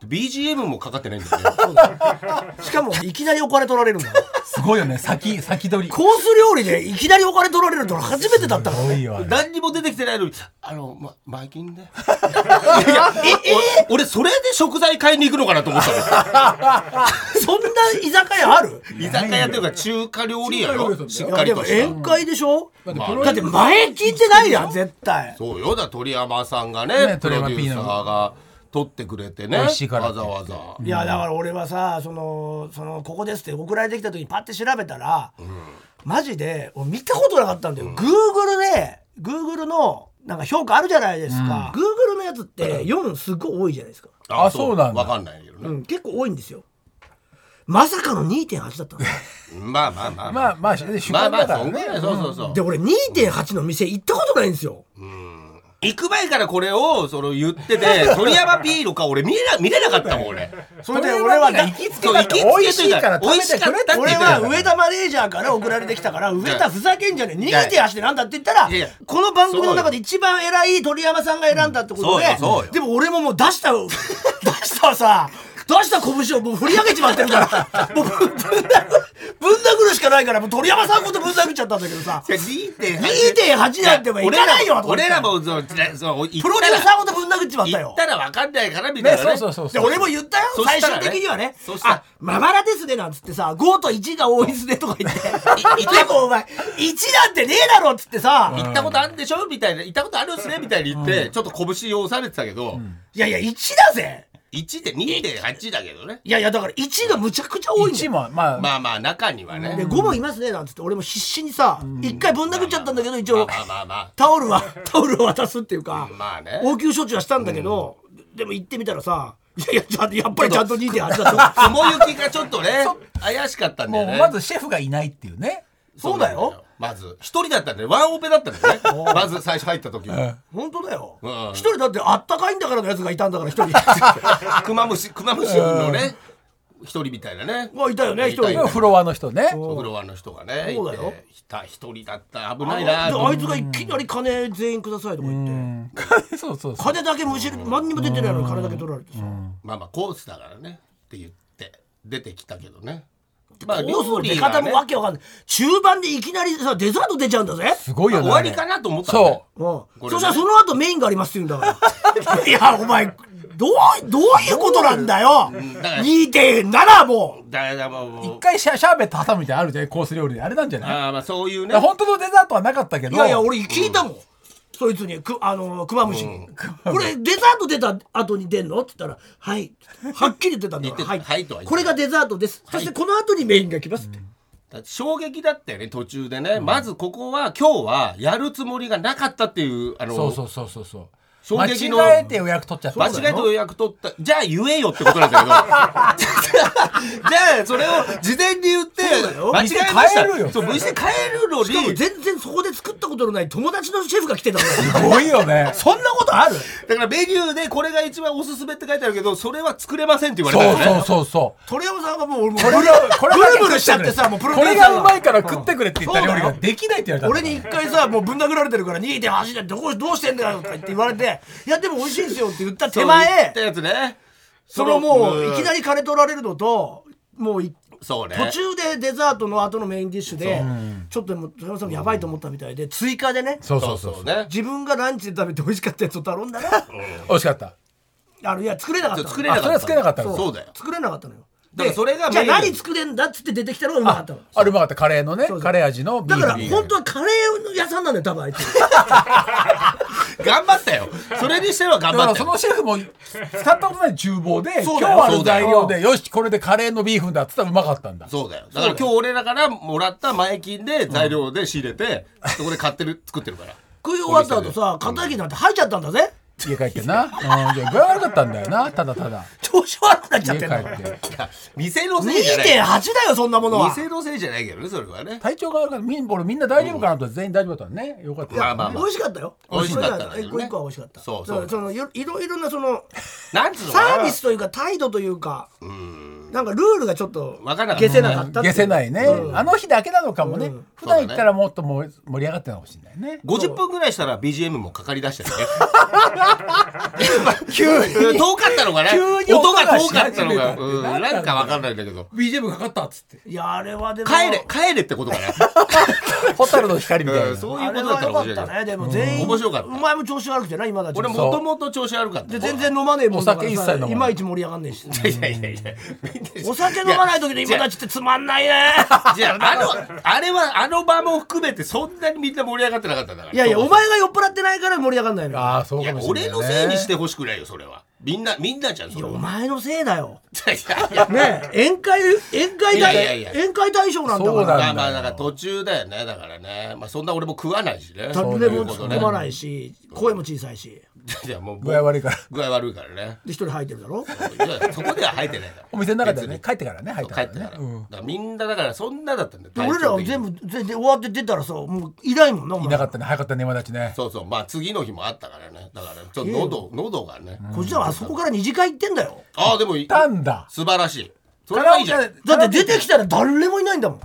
Speaker 2: BGM もかかってないんだよね
Speaker 1: しかもいきなりお金取られ
Speaker 2: [LAUGHS]
Speaker 1: るんだよ
Speaker 3: すごいよね先先取り
Speaker 1: コース料理でいきなりお金取られるってのは初めてだったから
Speaker 3: すごい
Speaker 1: ね
Speaker 3: よあれ
Speaker 2: 何にも出てきてないのにあのま前金
Speaker 3: [LAUGHS]
Speaker 2: でいやいやお俺それで食材買いに行くのかなと思ったの
Speaker 1: そんな居酒屋ある
Speaker 2: 居酒屋っていうか中華料理や
Speaker 3: 中華料理だ
Speaker 2: ろ
Speaker 3: よ
Speaker 2: し
Speaker 1: い
Speaker 2: っ
Speaker 1: や
Speaker 2: かり
Speaker 1: でも
Speaker 2: とした
Speaker 1: 宴会でしょだ
Speaker 3: だって
Speaker 2: まあ
Speaker 3: プロ
Speaker 1: って前聞いてないやん絶対
Speaker 2: そうよだ鳥山さんがね
Speaker 3: ね
Speaker 2: プ
Speaker 3: 鳥
Speaker 2: ロ
Speaker 3: 山
Speaker 2: デューサーが撮ってくれてね
Speaker 3: 美味しいか
Speaker 2: わ
Speaker 3: らって
Speaker 2: ざわざ
Speaker 1: いやだから俺はさそのそのここですって送られてきた時にパッて調べたら、マジで俺見たことなかったんだよ、Google で Google のなんか評価あるじゃないですか、Google のやつって4すごい多いじゃないですか、
Speaker 3: あそうなんだ
Speaker 2: わかんないけど
Speaker 1: う
Speaker 2: ね
Speaker 1: ん、結構多いんですよまさかの2.8だったの
Speaker 2: まあまあまあ
Speaker 3: まあまあ主
Speaker 2: まあ
Speaker 3: 観
Speaker 2: ま
Speaker 3: だ
Speaker 2: あ
Speaker 3: から
Speaker 2: そんぐ
Speaker 3: ね
Speaker 2: らいそうそうそう
Speaker 1: で俺2.8の店行ったことないんですよ
Speaker 2: 行く前からこれをその言ってて鳥山ピーの顔俺見れな見れなかったもん俺
Speaker 1: それで俺は
Speaker 3: それは
Speaker 1: だ
Speaker 3: 行きつけ
Speaker 2: そう
Speaker 3: だ
Speaker 2: 行
Speaker 3: って
Speaker 2: きつけ
Speaker 3: 美味しいから
Speaker 2: とう
Speaker 3: 食べてくれって言って
Speaker 1: 俺
Speaker 3: たから
Speaker 1: は上田マネージャーから送られてきたから上田ふざけんじゃねえ
Speaker 2: いや
Speaker 1: 2.8ってなんだって言ったら
Speaker 2: いやいや
Speaker 1: この番組の中で一番偉い鳥山さんが選んだってことで
Speaker 2: そうよそうよ
Speaker 1: [LAUGHS] でも俺ももう出した出したさ出した拳をもう振り上げちまってるから、もうぶぶん殴る、ぶん殴るしかないから、もう鳥山さんごとぶん殴っちゃったんだけどさ、2.8なんてもういかないよ、と思って
Speaker 2: 俺らもそうそう
Speaker 1: プロデューサーごとぶん殴っちまった
Speaker 2: 行
Speaker 1: よ
Speaker 2: っ。たらわかんないからみたい
Speaker 3: ね、
Speaker 2: なね
Speaker 3: そうそうそう
Speaker 1: で
Speaker 3: そう。
Speaker 1: 俺も言ったよ
Speaker 2: そ
Speaker 1: 最
Speaker 2: したら
Speaker 1: 終
Speaker 2: ね
Speaker 1: 的にはね
Speaker 2: そしたら
Speaker 1: あまばらですねなんつってさ5と1が多いですねとか
Speaker 2: [LAUGHS]
Speaker 1: 言っていでもお前1なんてねえだろっつってさ
Speaker 2: 行ったことあるんでしょみたいな行ったことあるんすねみたいに言って、ちょっと拳を押されてたけど、
Speaker 1: いやいや1だぜ
Speaker 2: 1で2.8だけどね
Speaker 1: いやいやだから1がむちゃくちゃ多いんだ
Speaker 3: 一
Speaker 1: よ
Speaker 3: も、まあ、
Speaker 2: まあまあ中にはね、
Speaker 1: で5もいますねなんつって俺も必死にさ1回ぶん殴っちゃったんだけど一応
Speaker 2: まあまあま
Speaker 1: タオル
Speaker 2: [LAUGHS]
Speaker 1: はタオルを渡すっていうか
Speaker 2: あまあね
Speaker 1: 応急処置はしたんだけどでも行ってみたらさいやいやちゃんとやっぱりちゃんと2.8だと
Speaker 2: 雲行きがちょっと
Speaker 1: [LAUGHS]
Speaker 2: ね怪しかったんだ
Speaker 3: も
Speaker 2: よ
Speaker 3: う、
Speaker 2: ね
Speaker 3: まずシェフがいないっていうね。
Speaker 1: そうだよ
Speaker 2: まず一人だったんでワンオペだったんだよねまず最初入った時は
Speaker 1: 本当だよ
Speaker 2: うんうん
Speaker 1: 一人だってあったかいんだからのやつがいたんだから一人
Speaker 2: クマムシクマムシのね一人みたいなね
Speaker 1: まあいたよね一人
Speaker 2: いたいた
Speaker 3: フロアの人ね。
Speaker 2: お風呂の人がね
Speaker 1: そうだよ
Speaker 2: いてひた一人だった危ないな
Speaker 1: あ
Speaker 2: と
Speaker 1: のであいつがいきなり金全員くださいとか言って
Speaker 3: [LAUGHS] そうそうそう。
Speaker 1: 金だけむしろ何にも出てないのに金だけ取られてさ
Speaker 2: まあまあコースだからねって言って出てきたけどねまあ
Speaker 1: コースの出
Speaker 2: が
Speaker 1: 方
Speaker 2: ね
Speaker 1: もわけわかんない中盤でいきなりさデザート出ちゃうんだぜ
Speaker 3: すごいよね。
Speaker 2: 終わりかなと思った
Speaker 3: そ
Speaker 1: うん
Speaker 2: これね
Speaker 1: そしたらその後メインがありますって言うんだから
Speaker 2: [LAUGHS]
Speaker 1: いやお前どうどういうことなんだよ
Speaker 2: だから
Speaker 1: 2.7も
Speaker 2: うだから
Speaker 3: う。
Speaker 2: も
Speaker 3: 一
Speaker 2: う
Speaker 3: 回シャシャーベット挟むみたいなのあるじゃん、コース料理で。あれなんじゃない
Speaker 2: ああまあそういう
Speaker 3: い
Speaker 2: ね
Speaker 3: や本当のデザートはなかったけ
Speaker 1: い
Speaker 3: ど。
Speaker 1: やいや俺聞いたもん、そいつにくあのクマムシに、これデザート出た後に出んの?」って言ったら「はい」はっきり言ってたんだから「
Speaker 2: 言ってたはいとは言ってた
Speaker 1: これがデザートです、そしてこの後にメインが来ます」って、
Speaker 2: だって衝撃だったよね途中でね、まずここは今日はやるつもりがなかったっていうあの
Speaker 3: そうそうそうそうそう。
Speaker 2: 衝
Speaker 3: 間
Speaker 2: 撃の
Speaker 3: 違えて予約取っちゃった。
Speaker 2: 間違えて予約取ったじゃあ言えよってことなん
Speaker 3: [LAUGHS]
Speaker 2: だけどじゃあそれを事前に言って
Speaker 1: うだよ
Speaker 2: 間違えました
Speaker 3: 店変えるよ
Speaker 2: そう店変えるの
Speaker 1: しかも
Speaker 2: に
Speaker 1: 全然そこで作ったことのない友達のシェフが来てたんだよ
Speaker 3: すごいよね。
Speaker 1: そんなことある
Speaker 2: だからメニューでこれが一番おすすめって書いてあるけどそれは作れませんって言われた
Speaker 3: そ
Speaker 2: よ
Speaker 3: う
Speaker 2: ね
Speaker 3: そうそうそう。
Speaker 1: [LAUGHS] 鳥山さんがもう俺も
Speaker 3: これが、これ
Speaker 1: ブルブルしちゃってさもうプロデ
Speaker 3: こ
Speaker 1: ュー
Speaker 3: れ
Speaker 1: サー
Speaker 3: がうまいから食ってくれって言った料理
Speaker 1: そう
Speaker 3: が
Speaker 1: だよ
Speaker 3: できないって言われたんだ
Speaker 1: 俺に一回さもうぶん殴られてるから2.8だってどこどうしてんだよとか言って言われて「いやでも美味しいんですよ」って言った手
Speaker 2: そう言っ
Speaker 1: 前
Speaker 2: たやつね
Speaker 1: そのもういきな
Speaker 2: り
Speaker 1: り金取られるのともうい
Speaker 2: そうね
Speaker 1: 途中でデザートの後のメインディッシュでちょっともう鳥山さんもやばいと思ったみたいで追加でね
Speaker 3: そう
Speaker 2: そ
Speaker 3: そうう
Speaker 2: そ
Speaker 3: そうう
Speaker 2: そ
Speaker 3: そうう。
Speaker 2: ね
Speaker 1: 自分がランチで食べて美味しかったやつを頼んだら
Speaker 3: 美味しかった。
Speaker 1: あのいや作れなかったの
Speaker 2: 作れ
Speaker 3: あ、
Speaker 2: なかった
Speaker 3: それはつけなかった
Speaker 2: そ
Speaker 3: の
Speaker 2: う
Speaker 3: か。
Speaker 2: だよ
Speaker 1: 作れなかったのよ
Speaker 2: だからそれが
Speaker 1: でじゃあ
Speaker 2: メイン
Speaker 1: 何作れんだっつって出てきたのがうまかったの
Speaker 3: あれうまかった。カレーのね
Speaker 1: そう、
Speaker 3: カレー味のビ
Speaker 1: だ
Speaker 3: ーフ
Speaker 1: から
Speaker 3: ビーフ
Speaker 1: 本当はカレー屋さんなんだよ多
Speaker 2: [LAUGHS]
Speaker 1: 分あいつ
Speaker 2: 頑張ったよそれにしては頑
Speaker 3: だか
Speaker 2: 張った
Speaker 3: らそ
Speaker 2: よ
Speaker 3: のシェフも使ったことない厨房で
Speaker 1: そう
Speaker 3: 今日
Speaker 1: だよ
Speaker 3: ある材料でよしこれでカレーのビーフンだっつったらうまかったんだ
Speaker 2: そうだよだから今日俺らからもらった前金で材料で仕入れて、そこで買ってる [LAUGHS] 作ってるから
Speaker 1: 食い終わった後さ肩焼きなんて吐いちゃったんだぜ
Speaker 3: 家帰ってな、うん、じゃあ具合悪かったんだよなただただ
Speaker 1: 調子悪くなっちゃ
Speaker 3: 家
Speaker 1: って
Speaker 3: 帰
Speaker 1: んの
Speaker 3: って
Speaker 2: いや店のせいじゃない
Speaker 1: 2.8だよそんなものは
Speaker 2: 店のせいじゃないけどねそれはね
Speaker 3: 体調が悪かったみん俺みんな大丈夫かなと思って全員大丈夫だったのねよかった
Speaker 2: まあまあ
Speaker 1: 美味しかったよ
Speaker 2: 美味しかったんだけどね
Speaker 1: 一個一個は美味しかった
Speaker 2: そうそう
Speaker 1: だからそのよいろいろなそ
Speaker 2: [LAUGHS]
Speaker 1: の
Speaker 2: なんつうのかな
Speaker 1: サービスというか態度というかなんかルールがちょっと
Speaker 2: わかんなかった
Speaker 1: 消せなかったってう
Speaker 3: 下せないね、あの日だけなのかもね、普段行ったらもっともう盛り上がってたのかもしれないね
Speaker 2: 50分ぐらいしたら BGM もかかりだしたよね
Speaker 3: 急に
Speaker 2: [LAUGHS] 遠かったのかね
Speaker 3: 急に
Speaker 2: 音
Speaker 3: 音
Speaker 2: が
Speaker 3: が
Speaker 2: 遠
Speaker 3: し
Speaker 2: かっ
Speaker 3: 始
Speaker 2: たの
Speaker 3: めた
Speaker 2: か
Speaker 3: って
Speaker 2: うん
Speaker 3: なんだろう
Speaker 2: なんかわかんないんだけど
Speaker 3: BGM かかったっつって
Speaker 1: いやあれはでも
Speaker 2: 帰れ帰れってこと [LAUGHS] かな
Speaker 3: 蛍の光みたいな、
Speaker 2: うんそうい
Speaker 1: あ
Speaker 2: うこ
Speaker 1: れ
Speaker 2: とだっ
Speaker 1: は良
Speaker 2: たら
Speaker 1: か
Speaker 2: 面白い
Speaker 1: っ
Speaker 2: けど
Speaker 1: たねでも全員
Speaker 2: 面白かった
Speaker 1: お前も調子悪くてな今だち
Speaker 2: 俺もともと調子悪かった
Speaker 1: で全然飲まねえもんだからさ
Speaker 3: お酒一切飲まない
Speaker 1: いまいち盛り上がんねえし
Speaker 2: いやいやいやみんな
Speaker 1: お酒飲まない時の今だちってつまんないね
Speaker 2: じゃあ、あの、あれは、あの場も含めて、そんなにみんな盛り上がってなかったんだから。
Speaker 1: いやいやお前が酔っ払ってないから盛り上がんないのよ
Speaker 3: ああそうかもしれ
Speaker 2: 俺
Speaker 3: ない、ね、
Speaker 2: のせいにしてほしくないよ、それは。みんな、みんなじゃん、そ
Speaker 1: い
Speaker 2: れ
Speaker 1: や
Speaker 2: は。
Speaker 1: お前のせいだよ
Speaker 2: [LAUGHS] いやいや
Speaker 1: ねえ宴会宴会
Speaker 2: いやいやい
Speaker 1: 大
Speaker 2: や
Speaker 1: 宴会大賞なんだか
Speaker 3: そう
Speaker 1: ら
Speaker 2: ま
Speaker 3: だ
Speaker 2: あまあ、だから途中だよね、だからね。まあ、そんな俺も食わないしね。
Speaker 1: タブ
Speaker 3: だ
Speaker 1: レ
Speaker 3: よ
Speaker 1: も
Speaker 2: そ
Speaker 1: 突っ
Speaker 2: ういうことね
Speaker 1: 込まないし声も小さいし
Speaker 2: いや、もう、
Speaker 3: 具合悪いから
Speaker 2: 具合悪いからね。
Speaker 1: で一人吐いてるだろ
Speaker 2: いやそこでは入ってないから。
Speaker 3: お店の中でね帰ってからね入っ
Speaker 2: 別
Speaker 3: た
Speaker 2: に。帰っ
Speaker 3: から
Speaker 2: てか
Speaker 3: ね
Speaker 2: ら。だからみんな、だからそんなだったんだよ。
Speaker 1: で俺らは
Speaker 2: 体調的に
Speaker 1: 全部全然終わって出たらさもういないもんなお
Speaker 3: いな
Speaker 1: 前
Speaker 3: かったね早かったね今立ちね
Speaker 2: そうそう、まあ次の日もあったからね。だから、ちょっと喉、喉がね。
Speaker 1: こっちらはあそこから二次会行ってんだよ
Speaker 2: ああ、でも、
Speaker 3: 行ったんだ
Speaker 2: 素晴らしい。それはいいじゃん。
Speaker 1: だって出てきたら誰もいないんだもん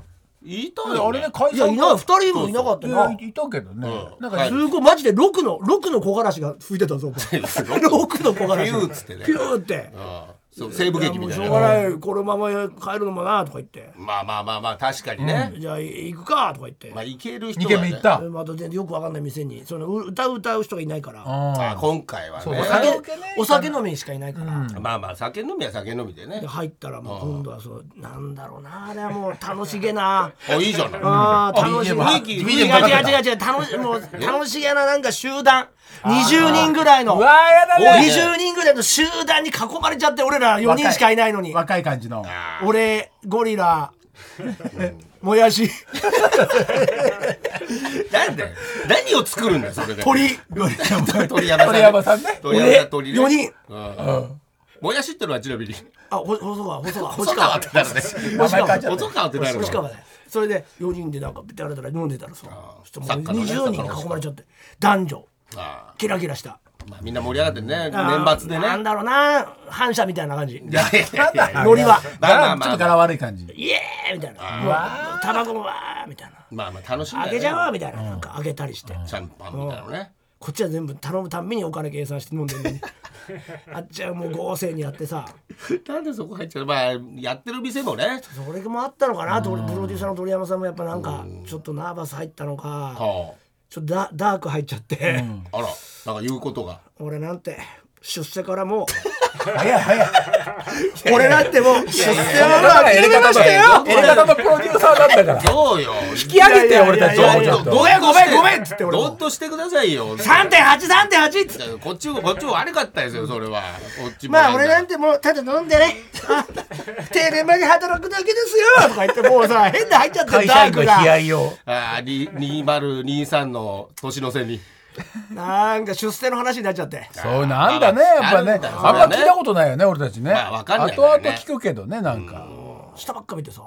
Speaker 2: いた
Speaker 3: あ
Speaker 2: よ、ね。
Speaker 3: れね会
Speaker 1: い
Speaker 3: 社
Speaker 1: や
Speaker 3: の
Speaker 1: いない二人もいなかった
Speaker 3: い
Speaker 1: な
Speaker 3: やいたけどね、
Speaker 2: うん
Speaker 3: なん
Speaker 2: は
Speaker 3: か
Speaker 2: い
Speaker 3: ず
Speaker 1: すごいマジで六
Speaker 2: [LAUGHS]
Speaker 1: の六の木枯らしが吹いてたぞお前六の木枯らし
Speaker 2: ピューっつってね
Speaker 1: ピューって
Speaker 2: ああそう西部劇みたい
Speaker 1: しょ
Speaker 2: な
Speaker 1: うがないこのまま帰るのもなとか言って
Speaker 2: まあまあまあまあ確かにね、
Speaker 1: じゃあ行くかとか言って
Speaker 2: まあ行ける人
Speaker 3: 二
Speaker 2: はね
Speaker 3: 軒目行った
Speaker 1: えまた全然よくわかんない店にそのう歌う歌う人がいないから
Speaker 2: あ
Speaker 3: あー
Speaker 2: 今回は
Speaker 3: そう
Speaker 1: お
Speaker 3: お
Speaker 2: ね
Speaker 1: 酒
Speaker 3: カラオケね
Speaker 1: お酒飲みにしかいないから、
Speaker 2: まあまあ酒飲みは酒飲みでね
Speaker 1: で入ったらもう今度はそうなんだろうなあれはもう楽しげな
Speaker 2: あいいじゃない
Speaker 1: あー楽しげ
Speaker 3: BGM
Speaker 1: な
Speaker 2: 雰
Speaker 1: 違
Speaker 2: 囲
Speaker 1: う
Speaker 2: 気
Speaker 1: 違う違う違う楽しもう楽しげななんか集団20人ぐらいの
Speaker 3: うわーやだ
Speaker 2: おい
Speaker 3: ね
Speaker 1: 20人ぐらいの集団に囲まれちゃって俺ら4人しかいないのに
Speaker 3: 若い感じの
Speaker 1: 俺ゴリラ [LAUGHS] もやし
Speaker 2: なんで何を作るんだよそれで
Speaker 1: 鳥
Speaker 3: 鳥山さん
Speaker 2: 鳥山さん
Speaker 3: 鳥山さんね
Speaker 2: 鳥山
Speaker 1: 俺
Speaker 2: さん鳥ね
Speaker 1: 4人
Speaker 2: うんもやしってのはちなみに
Speaker 1: あほ細川細川
Speaker 2: 細
Speaker 1: 細川
Speaker 2: 川ってなるね
Speaker 3: 名前変えちゃっ
Speaker 2: 細川ってなる
Speaker 1: 細川
Speaker 2: の
Speaker 1: だよそれで4人でなんかダラダラ飲んでたらさそしたらもう
Speaker 2: サッカーのね
Speaker 1: 20人に囲まれちゃって男女
Speaker 2: あ
Speaker 1: キラキラした
Speaker 2: ーまあみんな盛り上がってね年末でね
Speaker 1: なんだろうな反射みたいな感じ
Speaker 2: いやいやいやいや
Speaker 1: ノリは
Speaker 2: まあまあ
Speaker 3: 柄
Speaker 2: ま
Speaker 3: ちょっ
Speaker 2: あ
Speaker 3: と柄悪い感じ
Speaker 1: イエーイみたいなもうタバコもわーみたいな
Speaker 2: まあまあ楽しんだ
Speaker 1: あ
Speaker 2: よ
Speaker 1: げち
Speaker 2: ね
Speaker 1: ゃおうみたいななんかあげたりして
Speaker 2: シャンパンみたいなのね
Speaker 1: こっちは全部頼むたんびにお金計算して飲んでるの
Speaker 3: [LAUGHS]
Speaker 1: にあっちはもう合成にやってさ
Speaker 2: なんでそこ入っちゃうまあやってる店もね
Speaker 1: それもあったのかなと俺プロデューサーの鳥山さんもやっぱなんかちょっとナーバス入ったのか
Speaker 2: は
Speaker 1: ちょっとダダーク入っちゃって、
Speaker 2: ああらなんか言うことが
Speaker 1: 俺なんて出世からも
Speaker 3: 早い早いう
Speaker 1: 俺なんてもう出世はもう
Speaker 3: や
Speaker 1: 諦
Speaker 3: り
Speaker 1: めま
Speaker 3: 方の
Speaker 1: したよ
Speaker 3: やり方のプロデューサーなんだから
Speaker 2: どうよ
Speaker 3: 引き上げてよ俺たち
Speaker 1: いやいや
Speaker 3: を
Speaker 1: い
Speaker 3: ち
Speaker 1: や
Speaker 3: ょっ
Speaker 1: ど
Speaker 3: と
Speaker 1: うやごめんごめんっつって俺も
Speaker 2: どっとしてくださいよ
Speaker 1: 3.83.8っつって
Speaker 2: こっちもこっちも悪かったですよそれはこっちも
Speaker 1: まあ俺なんてもうただ飲んでねあ定年まで働くだけですよとか言ってもうさ変な入っちゃって
Speaker 3: 会
Speaker 1: る
Speaker 3: 社
Speaker 1: ダー
Speaker 3: 員
Speaker 1: ク
Speaker 3: の
Speaker 1: が
Speaker 3: 悲哀を
Speaker 2: ああに2023の年の瀬に
Speaker 1: なんか出世の話になっちゃって
Speaker 3: そうなんだねやっぱ
Speaker 2: ある
Speaker 3: ね
Speaker 2: んだよ
Speaker 3: あんま聞いたことないよね俺たちね
Speaker 2: まあわかんないか
Speaker 3: 後々
Speaker 2: らね
Speaker 3: 聞くけどねなんか
Speaker 1: 下ばっか見てさ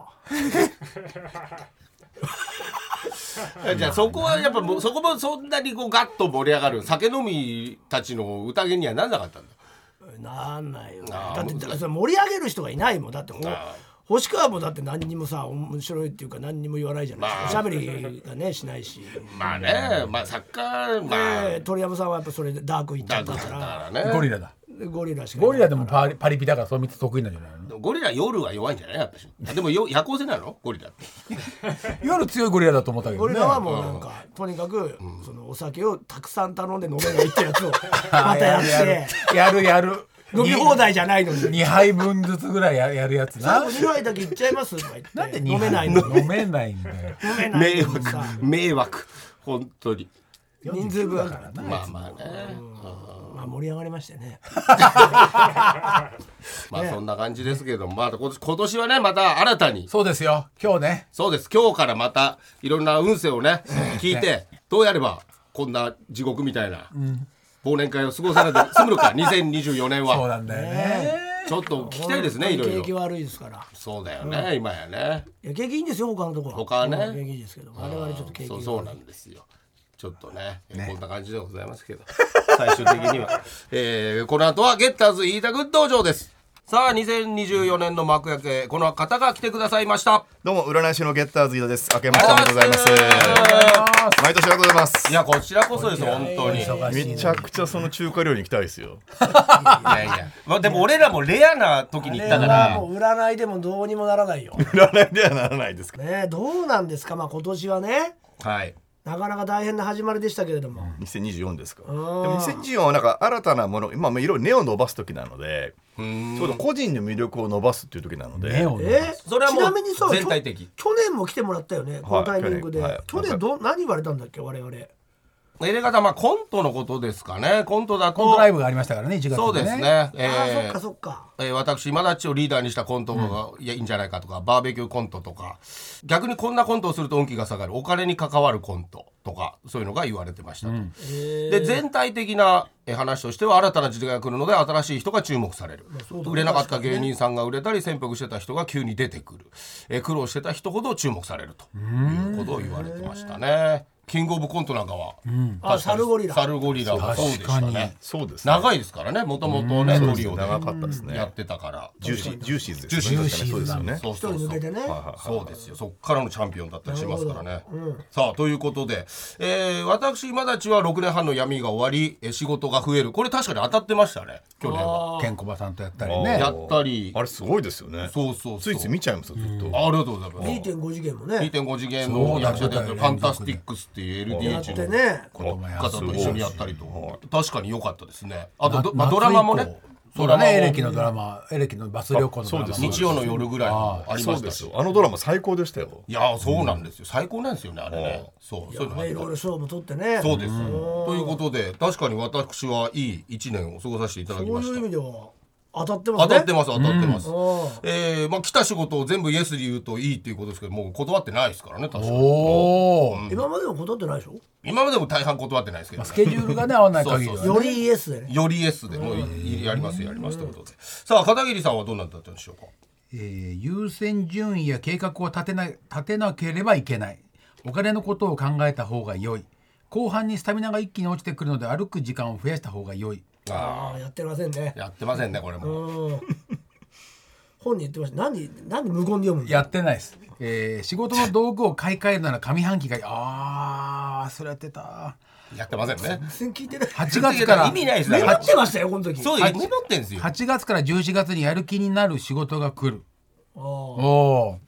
Speaker 2: じゃあそこはやっぱもうそこもそんなにこうガッと盛り上がる酒飲みたちの宴にはなんなかったんだ
Speaker 1: なんないよ
Speaker 2: あー
Speaker 1: だって
Speaker 2: 難しい
Speaker 1: それ盛り上げる人がいないもんだってほ
Speaker 2: あ
Speaker 1: 星川もだって何にもさ面白いっていうか何にも言わないじゃないですか、
Speaker 2: まあ
Speaker 1: おしゃべりがねしないし、
Speaker 2: まあねまあサッカーま
Speaker 1: で鳥山さんはやっぱそれでダーク行っちゃ
Speaker 2: あ
Speaker 1: ったから
Speaker 2: だから
Speaker 3: ゴリ
Speaker 2: ね
Speaker 3: ラだ
Speaker 1: でゴリラしかいない
Speaker 3: ゴリラでもパリパリピだからそう見て得意なんじゃないの
Speaker 2: ゴリラ夜は弱いんじゃないやっぱしでもよ夜行性なのゴリラって
Speaker 3: 夜強いゴリラだと思ったけど
Speaker 1: ゴリ
Speaker 3: ね
Speaker 1: ラはもうなんか、とにかく、そのお酒をたくさん頼んで飲めないってやつをまたやって
Speaker 3: やるやる
Speaker 1: 飲み放題じゃないのに
Speaker 3: 2杯分ずつぐらいややるやつ
Speaker 1: 「
Speaker 3: な
Speaker 1: 白いだけいっちゃいます」とか言って
Speaker 3: なんで
Speaker 1: 飲
Speaker 3: 二
Speaker 1: め
Speaker 3: 杯
Speaker 1: ないのに
Speaker 3: 飲めないんだよ
Speaker 1: 飲めない
Speaker 2: 迷
Speaker 1: のに
Speaker 2: 惑
Speaker 1: さ
Speaker 2: 迷惑本当に
Speaker 1: 人数分あるからな、
Speaker 2: まあまあね
Speaker 1: まあ、盛り上がりましたよね
Speaker 2: まあそんな感じですけどもまあ今年今年はねまた新たに
Speaker 3: そうですよ今日ね
Speaker 2: そうです今日からまたいろんな運勢をね聞
Speaker 1: [LAUGHS]
Speaker 2: いてどうやればこんな地獄みたいな忘年会を過ご
Speaker 1: [LAUGHS]
Speaker 2: されて済むのか2024年
Speaker 3: そう
Speaker 2: は
Speaker 3: なんだよね
Speaker 2: ちょっと聞きたいですねい
Speaker 1: 本当に
Speaker 2: ろ
Speaker 1: 景
Speaker 2: い
Speaker 1: 気
Speaker 2: ろ
Speaker 1: 悪いですから
Speaker 2: そうだよね今やね
Speaker 1: いや景気いいんですよ他のところ
Speaker 2: 他はね
Speaker 1: 景気いいですけど我々ちょっと景気
Speaker 2: そ
Speaker 1: が
Speaker 2: うそうなんですよちょっとねこんな感じでございますけど最終的
Speaker 1: [LAUGHS]
Speaker 2: には、えーこの後はゲッターズ飯田君登場ですさあ2024年の幕開けこの方が来てくださいました
Speaker 4: どうも占い師のゲッターズ飯田です。明けましておめでとうございます。毎年ありがとうございます
Speaker 2: い。やこちらこそです本当に
Speaker 3: 忙しい
Speaker 4: めちゃくちゃその中華料理に行きたいですよ。
Speaker 2: いやいや、まあ、でも俺らもレアな時に行ったか
Speaker 1: あれは
Speaker 2: ら
Speaker 1: もう占いでもどうにもならないよ
Speaker 4: 占いではならないですか。
Speaker 1: ねえどうなんですかまあ [LAUGHS] 今年はね
Speaker 2: はい
Speaker 1: なかなか大変な始まりでしたけれども、
Speaker 4: 2024ですか。でも2024はなんか新たなもの、今いろいろ根を伸ばす時なので、ちょうど個人の魅力を伸ばすっていう時なので。
Speaker 3: 目をね
Speaker 1: え
Speaker 2: それはもう
Speaker 1: ちなみにさ
Speaker 2: 全体的
Speaker 1: 去去年も来てもらったよねこのタイミングで、
Speaker 4: 去年はい
Speaker 1: 去年ど何言われたんだっけ我々
Speaker 2: エレガタまあコントのことですかねコントだと
Speaker 3: コントライブがありましたからね1月にね
Speaker 2: そうですねえ
Speaker 1: ああそっか
Speaker 2: ー
Speaker 1: そっか
Speaker 2: えー私今立ちをリーダーにしたコントがいやいいんじゃないかとか、バーベキューコントとか逆にこんなコントをすると運気が下がるお金に関わるコントとかそういうのが言われてましたと、で全体的なえー話としては新たな時代が来るので新しい人が注目される、売れなかった芸人さんが売れたり潜伏してた人が急に出てくる、えー苦労してた人ほど注目されるということを言われてましたね。キングオブコントなんかは、
Speaker 1: あサルゴリラ
Speaker 2: サルゴリラはそうでした
Speaker 3: 確か
Speaker 2: ね
Speaker 3: に
Speaker 4: そうですね
Speaker 2: 長いですからねもともとね
Speaker 4: そう
Speaker 2: ト
Speaker 4: です
Speaker 2: リ
Speaker 4: ね
Speaker 2: オ
Speaker 4: 長かったです
Speaker 2: でや
Speaker 4: ね
Speaker 2: ってたから
Speaker 4: ジューシージューシーズ
Speaker 2: ジューシーズ
Speaker 4: そうですよね
Speaker 2: そう
Speaker 1: 一人
Speaker 2: そうそう
Speaker 1: 抜けてね
Speaker 2: そうですよそっからのチャンピオンだったりしますからね、さあということで、えー、私今立ちは6年半の闇が終わりえー仕事が増えるこれ確かに当たってましたね去年は
Speaker 3: ケンコバさんとやったり
Speaker 4: あ
Speaker 3: ね
Speaker 4: ー
Speaker 2: やったり
Speaker 4: あれすごいですよね
Speaker 2: そうそうそ
Speaker 4: つ
Speaker 2: う
Speaker 4: いつい見ちゃいますよずっと
Speaker 2: ありがとうございます
Speaker 1: 2.5次元もね
Speaker 2: 2.5次元の役者でやってる「ファンタスティックス」っていう LDH
Speaker 1: や
Speaker 2: の
Speaker 1: ってね
Speaker 4: 子供
Speaker 2: 方と一緒にやったりと
Speaker 4: は
Speaker 2: 確かに良かったですねあと
Speaker 3: な
Speaker 2: ど、まあ、ドラマも
Speaker 3: 夏以
Speaker 2: ね
Speaker 3: 降
Speaker 2: ド
Speaker 3: そう
Speaker 2: ラ
Speaker 3: だ
Speaker 2: マも
Speaker 3: ねエレキのドラマエレキのバス旅行のドラマも
Speaker 4: あそうです
Speaker 2: 日曜の夜ぐらいもありま
Speaker 4: そう
Speaker 2: し
Speaker 4: で
Speaker 2: た
Speaker 4: す
Speaker 2: し
Speaker 4: よあのドラマ最高でしたよ
Speaker 2: いやーそうなんですよ最高なんですよねあれねそうそういうのあ
Speaker 1: ねい
Speaker 2: る
Speaker 1: ろいろ賞も取ってね
Speaker 2: そうですということで確かに私はいい一年を過ごさせていただき
Speaker 1: そう
Speaker 2: ま
Speaker 1: い
Speaker 2: し
Speaker 1: う意
Speaker 2: た
Speaker 1: 味では当たってます
Speaker 2: 当
Speaker 1: ね
Speaker 2: たってます当たってます
Speaker 1: うん
Speaker 2: えーまあ来た仕事を全部イエスで言うといいっていうことですけどもう断ってないですからね確かに
Speaker 3: おお
Speaker 1: 今までも断ってないでしょ
Speaker 2: 今までも大半断ってないですけどね
Speaker 3: スケジュールがね合わない限り
Speaker 2: そう
Speaker 3: は
Speaker 2: そ
Speaker 1: よりイエスでね
Speaker 2: より S でもういやりますやりますということでさあ片桐さんはどうなんだったんでしょうか
Speaker 3: えー優先順位や計画を立てな立てなければいけないお金のことを考えた方が良い後半にスタミナが一気に落ちてくるので歩く時間を増やした方が良い
Speaker 1: ああやってませんね
Speaker 2: やってませんねこれも
Speaker 1: うん本人言ってました何何無言で読むの
Speaker 3: やってないです、えー仕事の道具を買い替えるなら上半期があーそれやってた
Speaker 2: やってませんね
Speaker 1: 全然聞いてない
Speaker 3: 8月から
Speaker 2: 意味ないです
Speaker 1: メ
Speaker 2: だ
Speaker 1: モ
Speaker 2: から
Speaker 1: ってましたよこの時
Speaker 2: そうメモってんですよ
Speaker 3: 8月から11月にやる気になる仕事が来る
Speaker 1: あ
Speaker 3: おー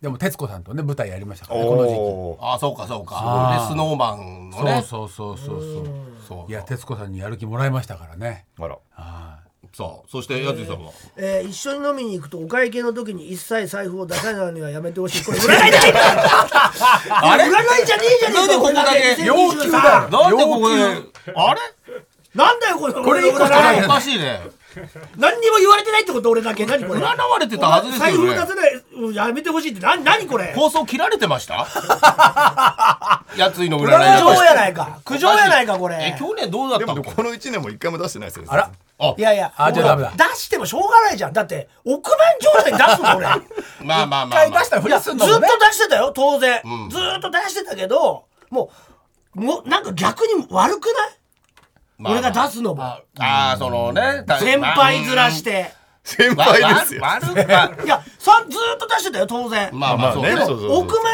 Speaker 3: でも徹子さんとね舞台やりましたからねこの時期
Speaker 4: おー
Speaker 2: ああそうかそうかでスノーマンのね
Speaker 3: そうそうそうそうそう
Speaker 2: そう
Speaker 3: いや徹子さんにやる気もらいましたからね
Speaker 4: あら
Speaker 2: さあそしてやつさん
Speaker 1: ー
Speaker 2: は
Speaker 1: えー一緒に飲みに行くとお会計の時に一切財布を出さないのはやめてほしいこ
Speaker 2: [LAUGHS]
Speaker 1: れ占いじゃねえかあれ占いじゃねえじゃねえか
Speaker 2: なんでここだけ
Speaker 1: 2023
Speaker 3: 要求だろ
Speaker 2: なんでここであれ
Speaker 1: なんだよこれこ
Speaker 3: これ一個しか
Speaker 2: あ
Speaker 3: な
Speaker 2: れ
Speaker 3: い
Speaker 2: おかしいね
Speaker 1: 何にも言われてないってこと俺だけ何これ
Speaker 2: 占われてたはずです
Speaker 1: 財布を
Speaker 2: よ
Speaker 1: 出
Speaker 2: ね
Speaker 1: せないうんやめてほしいって何何これ
Speaker 2: 放送切られてましたやついの占い
Speaker 1: 苦
Speaker 2: だと
Speaker 1: 情やないか苦情やないかこ
Speaker 2: え
Speaker 1: れ
Speaker 2: 去年どうだっ
Speaker 4: で
Speaker 2: たの
Speaker 4: もこの1年も1回も出してないですよ
Speaker 3: あら
Speaker 2: あ
Speaker 1: いやいや
Speaker 3: あじゃあダメだ
Speaker 1: 出してもしょうがないじゃんだって億万長者に出す
Speaker 2: [LAUGHS]
Speaker 1: の俺
Speaker 2: まあまあ
Speaker 3: 一
Speaker 2: まあ
Speaker 3: 回出
Speaker 2: まあ
Speaker 3: したらフ
Speaker 1: い
Speaker 3: リ
Speaker 1: や
Speaker 3: す
Speaker 1: ず
Speaker 3: ん
Speaker 1: っ
Speaker 3: だ
Speaker 1: と
Speaker 3: もんね
Speaker 1: 出してたよ当然、ずっと出してたけどもうもうなんか逆に悪くない、
Speaker 2: まあまあ
Speaker 1: 俺が出すのも
Speaker 2: ああそのね
Speaker 1: 先輩ずらして、
Speaker 4: 先
Speaker 2: まあ
Speaker 4: 輩ですよ
Speaker 2: わわ悪くはい
Speaker 1: やさずっと出してたよ当然、
Speaker 2: まあまあそうね
Speaker 4: まあねそう
Speaker 1: 億万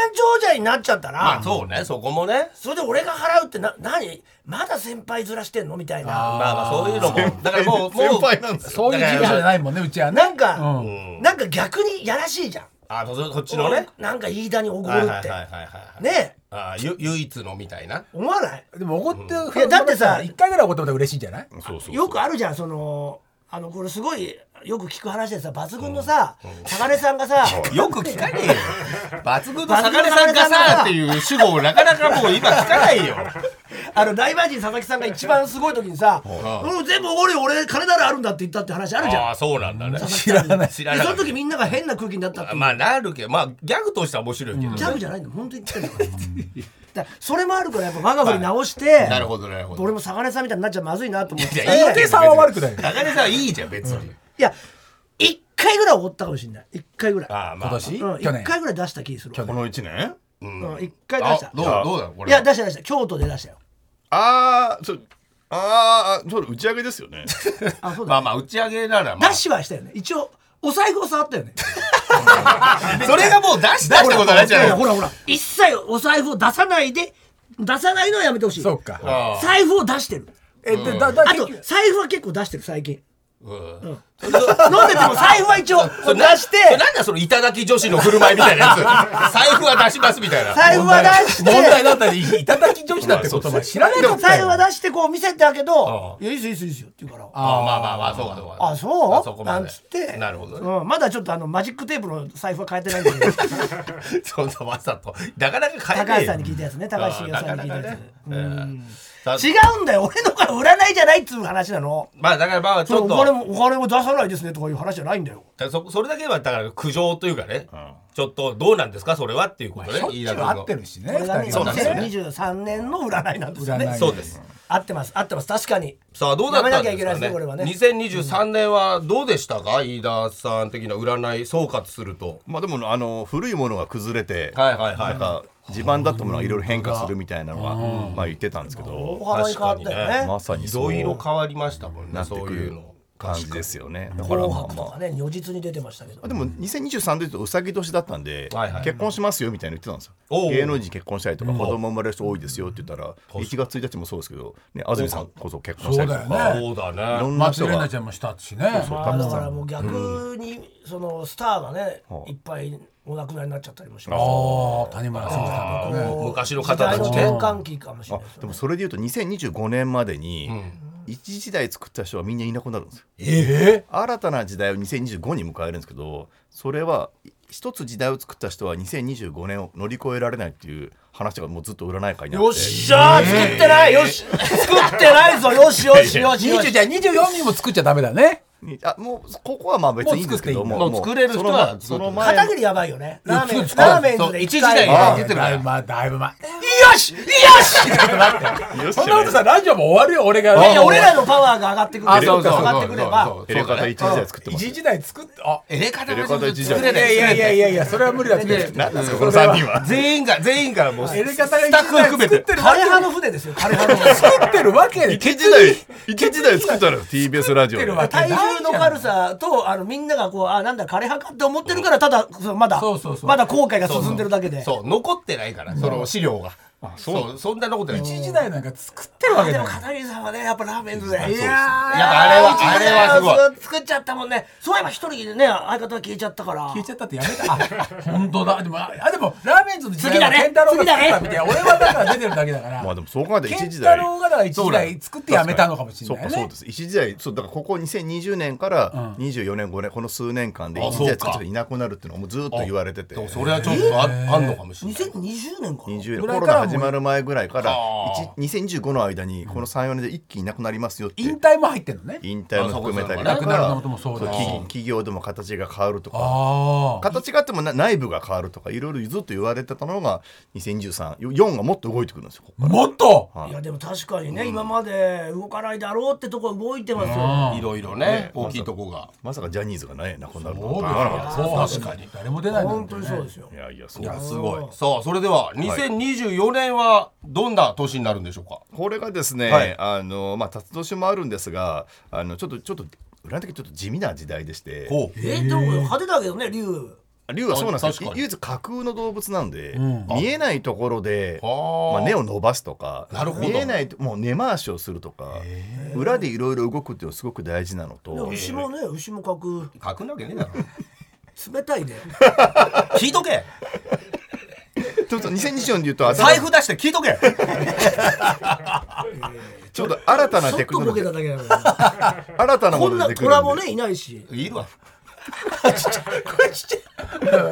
Speaker 1: 長者になっちゃったら、
Speaker 2: まあそうねそこもね
Speaker 1: それで俺が払うってな何まだ先輩ずらしてんのみたいな
Speaker 2: まあまあそういうのもだからもうも
Speaker 4: 先
Speaker 2: う
Speaker 4: 輩なんですよ
Speaker 3: そういう事務所じゃないもんねうちはね
Speaker 1: なんか、なんか逆にやらしいじゃん
Speaker 2: あそそっちのね
Speaker 1: 俺なんか飯田におご
Speaker 2: はい
Speaker 1: る
Speaker 2: はい
Speaker 1: っ
Speaker 2: はい
Speaker 1: て、
Speaker 2: はいはい
Speaker 1: ねえ
Speaker 2: あゆ唯一のみたいな
Speaker 1: 思わない
Speaker 3: でも怒って
Speaker 1: いやだってさ
Speaker 3: 一回ぐらい怒ってもらったら嬉しいんじゃない
Speaker 4: そうそう
Speaker 1: よくあるじゃんそのあのこれすごいよく聞く話でさ抜群のさ、高根さんがさ、
Speaker 2: [LAUGHS] よく聞かねえよ [LAUGHS] 抜群の坂根さんがさっていう主語を [LAUGHS] なかなかもう今聞かないよ
Speaker 1: あの大魔神佐々木さんが一番すごい時にさ「うん全部おごるよ俺金ならあるんだ」って言ったって話あるじゃ
Speaker 2: ああそうなんだね
Speaker 1: 知らない
Speaker 2: 知ら
Speaker 1: んで
Speaker 2: な
Speaker 1: その
Speaker 2: かった
Speaker 1: 時みんなが変な空気になったっていう
Speaker 2: まあなるけどまあギャグとしては面白いけどね
Speaker 1: ギャグじゃないの本当に言ってんの
Speaker 2: [LAUGHS]
Speaker 1: かなだからそれもあるからやっぱ我が振り直して
Speaker 2: [LAUGHS] なるほどなるほど
Speaker 1: 俺も坂根さんみたいになっちゃまずいなと思って
Speaker 2: いやいい
Speaker 3: 伊達さんは悪くないよ
Speaker 2: 坂根さんいいじゃん別に
Speaker 1: いや一回ぐらいおごったかもしれない一回ぐらい
Speaker 2: ああま
Speaker 3: 今
Speaker 2: あ
Speaker 3: 年
Speaker 1: うん
Speaker 3: 去
Speaker 1: 一
Speaker 3: 年
Speaker 1: 回ぐらい出した気する
Speaker 4: この1年
Speaker 1: うん一回出した
Speaker 2: あどうどうだこれ
Speaker 1: いや出した出した京都で出したよ
Speaker 4: ああああそう打ち上げですよ
Speaker 2: [LAUGHS]
Speaker 4: ね
Speaker 1: あそう
Speaker 2: まあ
Speaker 1: だ
Speaker 2: まあ打ち上げならまあ
Speaker 1: 出しはしたよね一応お財布を触ったよね
Speaker 2: [LAUGHS] それがもう出したってことになっち
Speaker 1: いやい
Speaker 2: ゃ
Speaker 1: や
Speaker 2: う
Speaker 1: ほ
Speaker 2: よ
Speaker 1: らほら一切お財布を出さないで出さないのはやめてほしい
Speaker 3: そうか
Speaker 2: ああ
Speaker 1: 財布を出してる
Speaker 3: えでだだ
Speaker 1: あと財布は結構出してる最近
Speaker 2: うん
Speaker 1: 飲んでても財布は一応出して
Speaker 2: [LAUGHS] それなんだその頂き女子の振る舞いみたいなやつ
Speaker 1: [LAUGHS]
Speaker 2: 財布は出しますみたいな
Speaker 1: 財布は出して
Speaker 3: 問題だったりいただき女子だって言葉知らないかった
Speaker 1: 財布
Speaker 3: よ
Speaker 1: は出してこう見せてたけど「いやいいですよいいですよいいですよ」って言うから「
Speaker 2: あまあまあまあそうかそうか
Speaker 1: あそう?」
Speaker 2: そこま
Speaker 1: な
Speaker 2: で
Speaker 1: んつって
Speaker 2: なるほどね
Speaker 1: うん、まだちょっとあのマジックテープの財布は変えてないん
Speaker 2: [LAUGHS]
Speaker 1: で
Speaker 2: そんなわざとなかなか変え
Speaker 1: 高橋
Speaker 2: ねえよ
Speaker 1: さんに聞いたやつね高橋茂雄さんに聞いたや
Speaker 2: うんなかなか
Speaker 1: つ、
Speaker 2: ね
Speaker 1: 違うんだよ俺のが占いじゃないっつう話なの
Speaker 2: まあだからまあち
Speaker 1: それ
Speaker 2: ょっ
Speaker 1: お金
Speaker 2: と
Speaker 1: もお金も出さないですねとかいう話じゃないんだよ
Speaker 2: そそれだけはだから苦情というかねちょっとどうなんですかそれはっていうことね
Speaker 3: しょっちゅう会ってるしね
Speaker 1: これがね
Speaker 3: 二人
Speaker 2: そ
Speaker 3: は
Speaker 2: うなんですよね
Speaker 1: 2023年の占いなんですよね
Speaker 3: 占い
Speaker 2: そうです
Speaker 1: あ合ってます合ってます確かに
Speaker 2: さあどうだったんです
Speaker 1: やめなきゃいけないです
Speaker 2: か
Speaker 1: ね
Speaker 2: ね
Speaker 1: これはね
Speaker 2: 2023年はどうでしたか、飯田さん的な占い総括すると
Speaker 4: まあでもあの古いものが崩れて、
Speaker 2: はいはいはい
Speaker 4: なんか地盤だったものがいろいろ変化するみたいなのはまあ言ってたんですけど、
Speaker 1: 大幅に変わったよね
Speaker 4: まさに
Speaker 2: い
Speaker 4: そ
Speaker 2: ろ
Speaker 4: う
Speaker 2: いろ変わりましたもんね
Speaker 4: なって
Speaker 2: そう
Speaker 4: く
Speaker 2: いう
Speaker 4: る
Speaker 2: の
Speaker 4: 感じですよね。だから
Speaker 1: 紅
Speaker 4: まあ
Speaker 1: 白と
Speaker 4: ま
Speaker 1: かね如実に出てましたけど
Speaker 4: あ。でも2023でいうとうさぎ年だったんで、
Speaker 2: はいはい
Speaker 4: 結婚しますよみたいなの言ってたんですよ。
Speaker 2: おうおう
Speaker 4: 芸能人結婚したりとか子供生まれる人多いですよって言ったら1月1日もそうですけど、ね、安住さんこそ結婚したりと
Speaker 3: そうだよね
Speaker 4: か、
Speaker 2: そうだ
Speaker 4: いろ
Speaker 2: ね
Speaker 4: んな
Speaker 3: 松
Speaker 4: 人
Speaker 3: 浦
Speaker 4: が
Speaker 3: 奈ちゃんもしたしね
Speaker 1: まあだからもう逆にそのスターがね
Speaker 4: はい
Speaker 1: いっぱいお亡くなりになっちゃったりもします
Speaker 3: ああ谷村さんだね
Speaker 1: こう
Speaker 2: 昔の方たちね
Speaker 1: 時代の転換期かもしれ
Speaker 4: あ
Speaker 1: ないです
Speaker 4: で
Speaker 1: よ
Speaker 4: も
Speaker 1: ね
Speaker 4: それでいうと2025年までに一時代作った人はみんないなくなるんですよ。
Speaker 3: え
Speaker 4: 新たな時代を2025に迎えるんですけどそれは一つ時代を作った人は2025年を乗り越えられないっていう話がもうずっと占い会にあって
Speaker 1: よっしゃー作ってないよし作ってないぞよしよしよし
Speaker 3: 二
Speaker 1: よ
Speaker 3: 十
Speaker 1: し
Speaker 3: じゃあ24人も作っちゃダメだね
Speaker 4: にあもうここはまあ別にいいんですけど
Speaker 3: も
Speaker 2: う作っていいもう作れる人は
Speaker 4: その前
Speaker 1: 片
Speaker 4: その前
Speaker 1: 桐やばいよねラーメン
Speaker 3: いやそう
Speaker 1: ラーメンズ
Speaker 2: そう
Speaker 1: で
Speaker 2: 一
Speaker 1: 一
Speaker 2: 時代
Speaker 1: 回
Speaker 2: が
Speaker 1: あ
Speaker 2: 出てるか
Speaker 3: だい
Speaker 2: ら
Speaker 3: ぶまあだいぶ前
Speaker 1: よしよし
Speaker 3: ちょっと待って
Speaker 4: よし
Speaker 3: そんなことさラジオも終わるよ俺が
Speaker 1: いや俺らのパワーが上がってくる
Speaker 2: あそうそうそう
Speaker 1: 上がってくれば
Speaker 4: エレカタ一時代作ってます
Speaker 3: 一時代作ってあ
Speaker 2: エレカタ
Speaker 4: エレ
Speaker 2: も
Speaker 4: カタ一時
Speaker 2: 作
Speaker 4: 代
Speaker 2: れ
Speaker 3: い
Speaker 2: な
Speaker 3: や
Speaker 2: い
Speaker 3: いやいやいやいやそれは無理だ
Speaker 2: ね
Speaker 3: ね
Speaker 4: 何なんですかこの3人は
Speaker 2: 全員が全員からもう
Speaker 3: やり方が
Speaker 2: スタッフ含めて
Speaker 3: 作ってる
Speaker 1: 枯葉の船ですよ枯葉の船
Speaker 3: 作ってるわけで
Speaker 4: 一時代一時代作ったの TBS ラジオ
Speaker 3: 作っ
Speaker 4: で
Speaker 3: てるわ
Speaker 1: 体重の軽さとあのみんながこうあなんだ枯葉かって思ってるからただそうまだ
Speaker 3: そうそうそう
Speaker 1: まだ後悔が進んでるだけで
Speaker 2: そう残ってないからその資料がそうそんなことない
Speaker 3: 一時代なんか作ってるわ
Speaker 1: で
Speaker 3: けだ
Speaker 1: も
Speaker 3: よ
Speaker 1: 片桐さんはねやっぱラーメンズでいやー
Speaker 2: やっぱあれはあれはすごい
Speaker 1: い作っちゃったもんねそういえば一人ね相方は消えちゃったから
Speaker 3: 消えちゃったってやめた。あ、本当だ。でも、あ、あでも、ラーメンズの時代
Speaker 1: 次だ
Speaker 3: は
Speaker 1: ね
Speaker 3: ケンタロウが作った
Speaker 1: 次
Speaker 3: み
Speaker 1: だね
Speaker 3: たいな。俺はだから出てるだけだから。
Speaker 4: まあでもそう考えたら
Speaker 3: ケ
Speaker 4: 一時
Speaker 3: ンタ
Speaker 4: 代
Speaker 3: ロウがだから一時代作ってやめたのかもしれない
Speaker 4: そうかそう
Speaker 3: ね
Speaker 4: で。す一時代そうだからここ2020年から24年5年この数年間で
Speaker 2: あ
Speaker 4: 一時代作
Speaker 2: そうか
Speaker 4: った人いなくなるっていうのはもうずっと言われてて
Speaker 2: でもそれはちょっとああんのかもしれない
Speaker 1: 2020年かな
Speaker 4: 20
Speaker 3: ぐ
Speaker 4: コ
Speaker 3: らい
Speaker 4: ロ
Speaker 3: からもう
Speaker 4: ナ始まる前ぐらいから
Speaker 2: は
Speaker 4: 一2015の間にこの34年で一気にいなくなりますよって
Speaker 3: 引退も入ってんのね。
Speaker 4: 引退も含めたり
Speaker 2: あ
Speaker 4: と
Speaker 2: そう
Speaker 3: か
Speaker 4: か
Speaker 3: なくなるのもそうだ
Speaker 4: そう企企業でも形が変わるとか
Speaker 3: ああ。
Speaker 4: 形があってもな内部が変わるとかいろいろずっと言われてたのが20134がもっと動いてくるんですよここ
Speaker 3: もっと
Speaker 4: はい
Speaker 1: いやでも確かにね、今まで動かないだろうってとこ動いてますよ、
Speaker 2: いろいろね
Speaker 4: ね
Speaker 2: 大きいとこが
Speaker 4: まさかジャニーズがねなくなると
Speaker 3: そう
Speaker 4: は
Speaker 3: だ
Speaker 4: なかなかった
Speaker 3: よ。そう確かに。誰も出ない
Speaker 1: 本
Speaker 3: ん
Speaker 1: 当
Speaker 3: だもん
Speaker 1: に
Speaker 3: ね
Speaker 1: そうですよ
Speaker 4: いやいやそう
Speaker 2: いや
Speaker 4: です
Speaker 2: すごいさあそれでは2024年はどんな年になるんでしょうか
Speaker 4: これがですね、
Speaker 2: はい
Speaker 4: あのまあ辰年もあるんですがあのちょっとちょっと裏的にちょっと地味な時代でして
Speaker 2: ほう
Speaker 1: えどう派手だけどね竜
Speaker 4: 竜はそうなんです
Speaker 2: 確
Speaker 4: よ
Speaker 2: かに
Speaker 4: 唯一架空の動物なんで、
Speaker 3: ん
Speaker 4: 見えないところで、
Speaker 2: あー
Speaker 4: まあ、根を伸ばすとか
Speaker 2: なるほど
Speaker 4: 見えないともう根回しをするとか裏でいろいろ動くっていうのはすごく大事なの
Speaker 1: でも
Speaker 4: と
Speaker 1: 牛もね牛もかく
Speaker 2: 書くなわけねえだろ
Speaker 1: 冷たいね
Speaker 2: [LAUGHS] 聞いとけ
Speaker 4: ちょっと2024でいうと新
Speaker 2: 財
Speaker 4: し
Speaker 2: 布出して聞いとけ
Speaker 4: ちょっと新たな
Speaker 1: ちょ
Speaker 4: テ
Speaker 1: っ
Speaker 4: ク
Speaker 1: と
Speaker 4: ノロ
Speaker 1: ボ
Speaker 4: ジ
Speaker 1: ケ
Speaker 4: ー
Speaker 1: ただけだから
Speaker 4: 新たな
Speaker 1: こ
Speaker 4: も
Speaker 1: ん
Speaker 4: のが
Speaker 1: な
Speaker 4: 出てく
Speaker 1: 虎
Speaker 4: る
Speaker 1: も
Speaker 4: ん
Speaker 1: ねいないし
Speaker 2: いるわ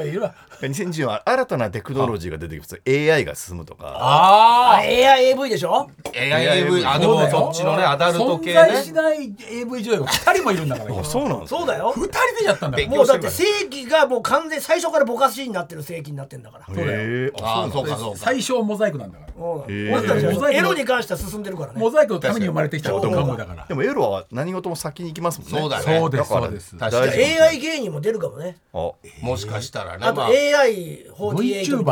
Speaker 3: いるわ。
Speaker 4: で2024は新たなテクノロジーが出てきます AI が進むとか
Speaker 3: ああ。
Speaker 1: AIAV でしょ
Speaker 2: AIAV あで
Speaker 3: そう
Speaker 2: も
Speaker 3: だよ
Speaker 2: そっちのねアダルト系
Speaker 3: 存在し
Speaker 2: ね
Speaker 3: ない AV 女優が2人もいるんだから。
Speaker 4: あ
Speaker 3: 今
Speaker 4: そうなんです
Speaker 1: そうだよ
Speaker 3: 二人出ちゃったんだよ。
Speaker 1: もうだって正規がもう完全最初からぼかしになってる正規になってるんだから
Speaker 4: へー
Speaker 2: あ
Speaker 4: あ
Speaker 2: あ
Speaker 4: そ
Speaker 2: そううかそうか
Speaker 3: 最小モザイクなんだから。
Speaker 1: そう
Speaker 4: へ
Speaker 1: なの
Speaker 4: え
Speaker 1: 俺たちはエロに関しては進んでるから
Speaker 3: モ
Speaker 1: ね
Speaker 3: ザイクのために生まれてきた男かもだから
Speaker 4: で。もエロは何事も先に行きますもんね
Speaker 2: そうだ
Speaker 3: そ
Speaker 2: ね
Speaker 3: うです
Speaker 4: だから
Speaker 3: そうです
Speaker 4: 大
Speaker 2: 確か
Speaker 4: 丈
Speaker 2: に
Speaker 4: 夫
Speaker 1: AI 芸人も出るかもね
Speaker 4: あ
Speaker 2: もしかしたらね
Speaker 1: あと
Speaker 2: まあ
Speaker 1: AI48 とか
Speaker 3: VTuber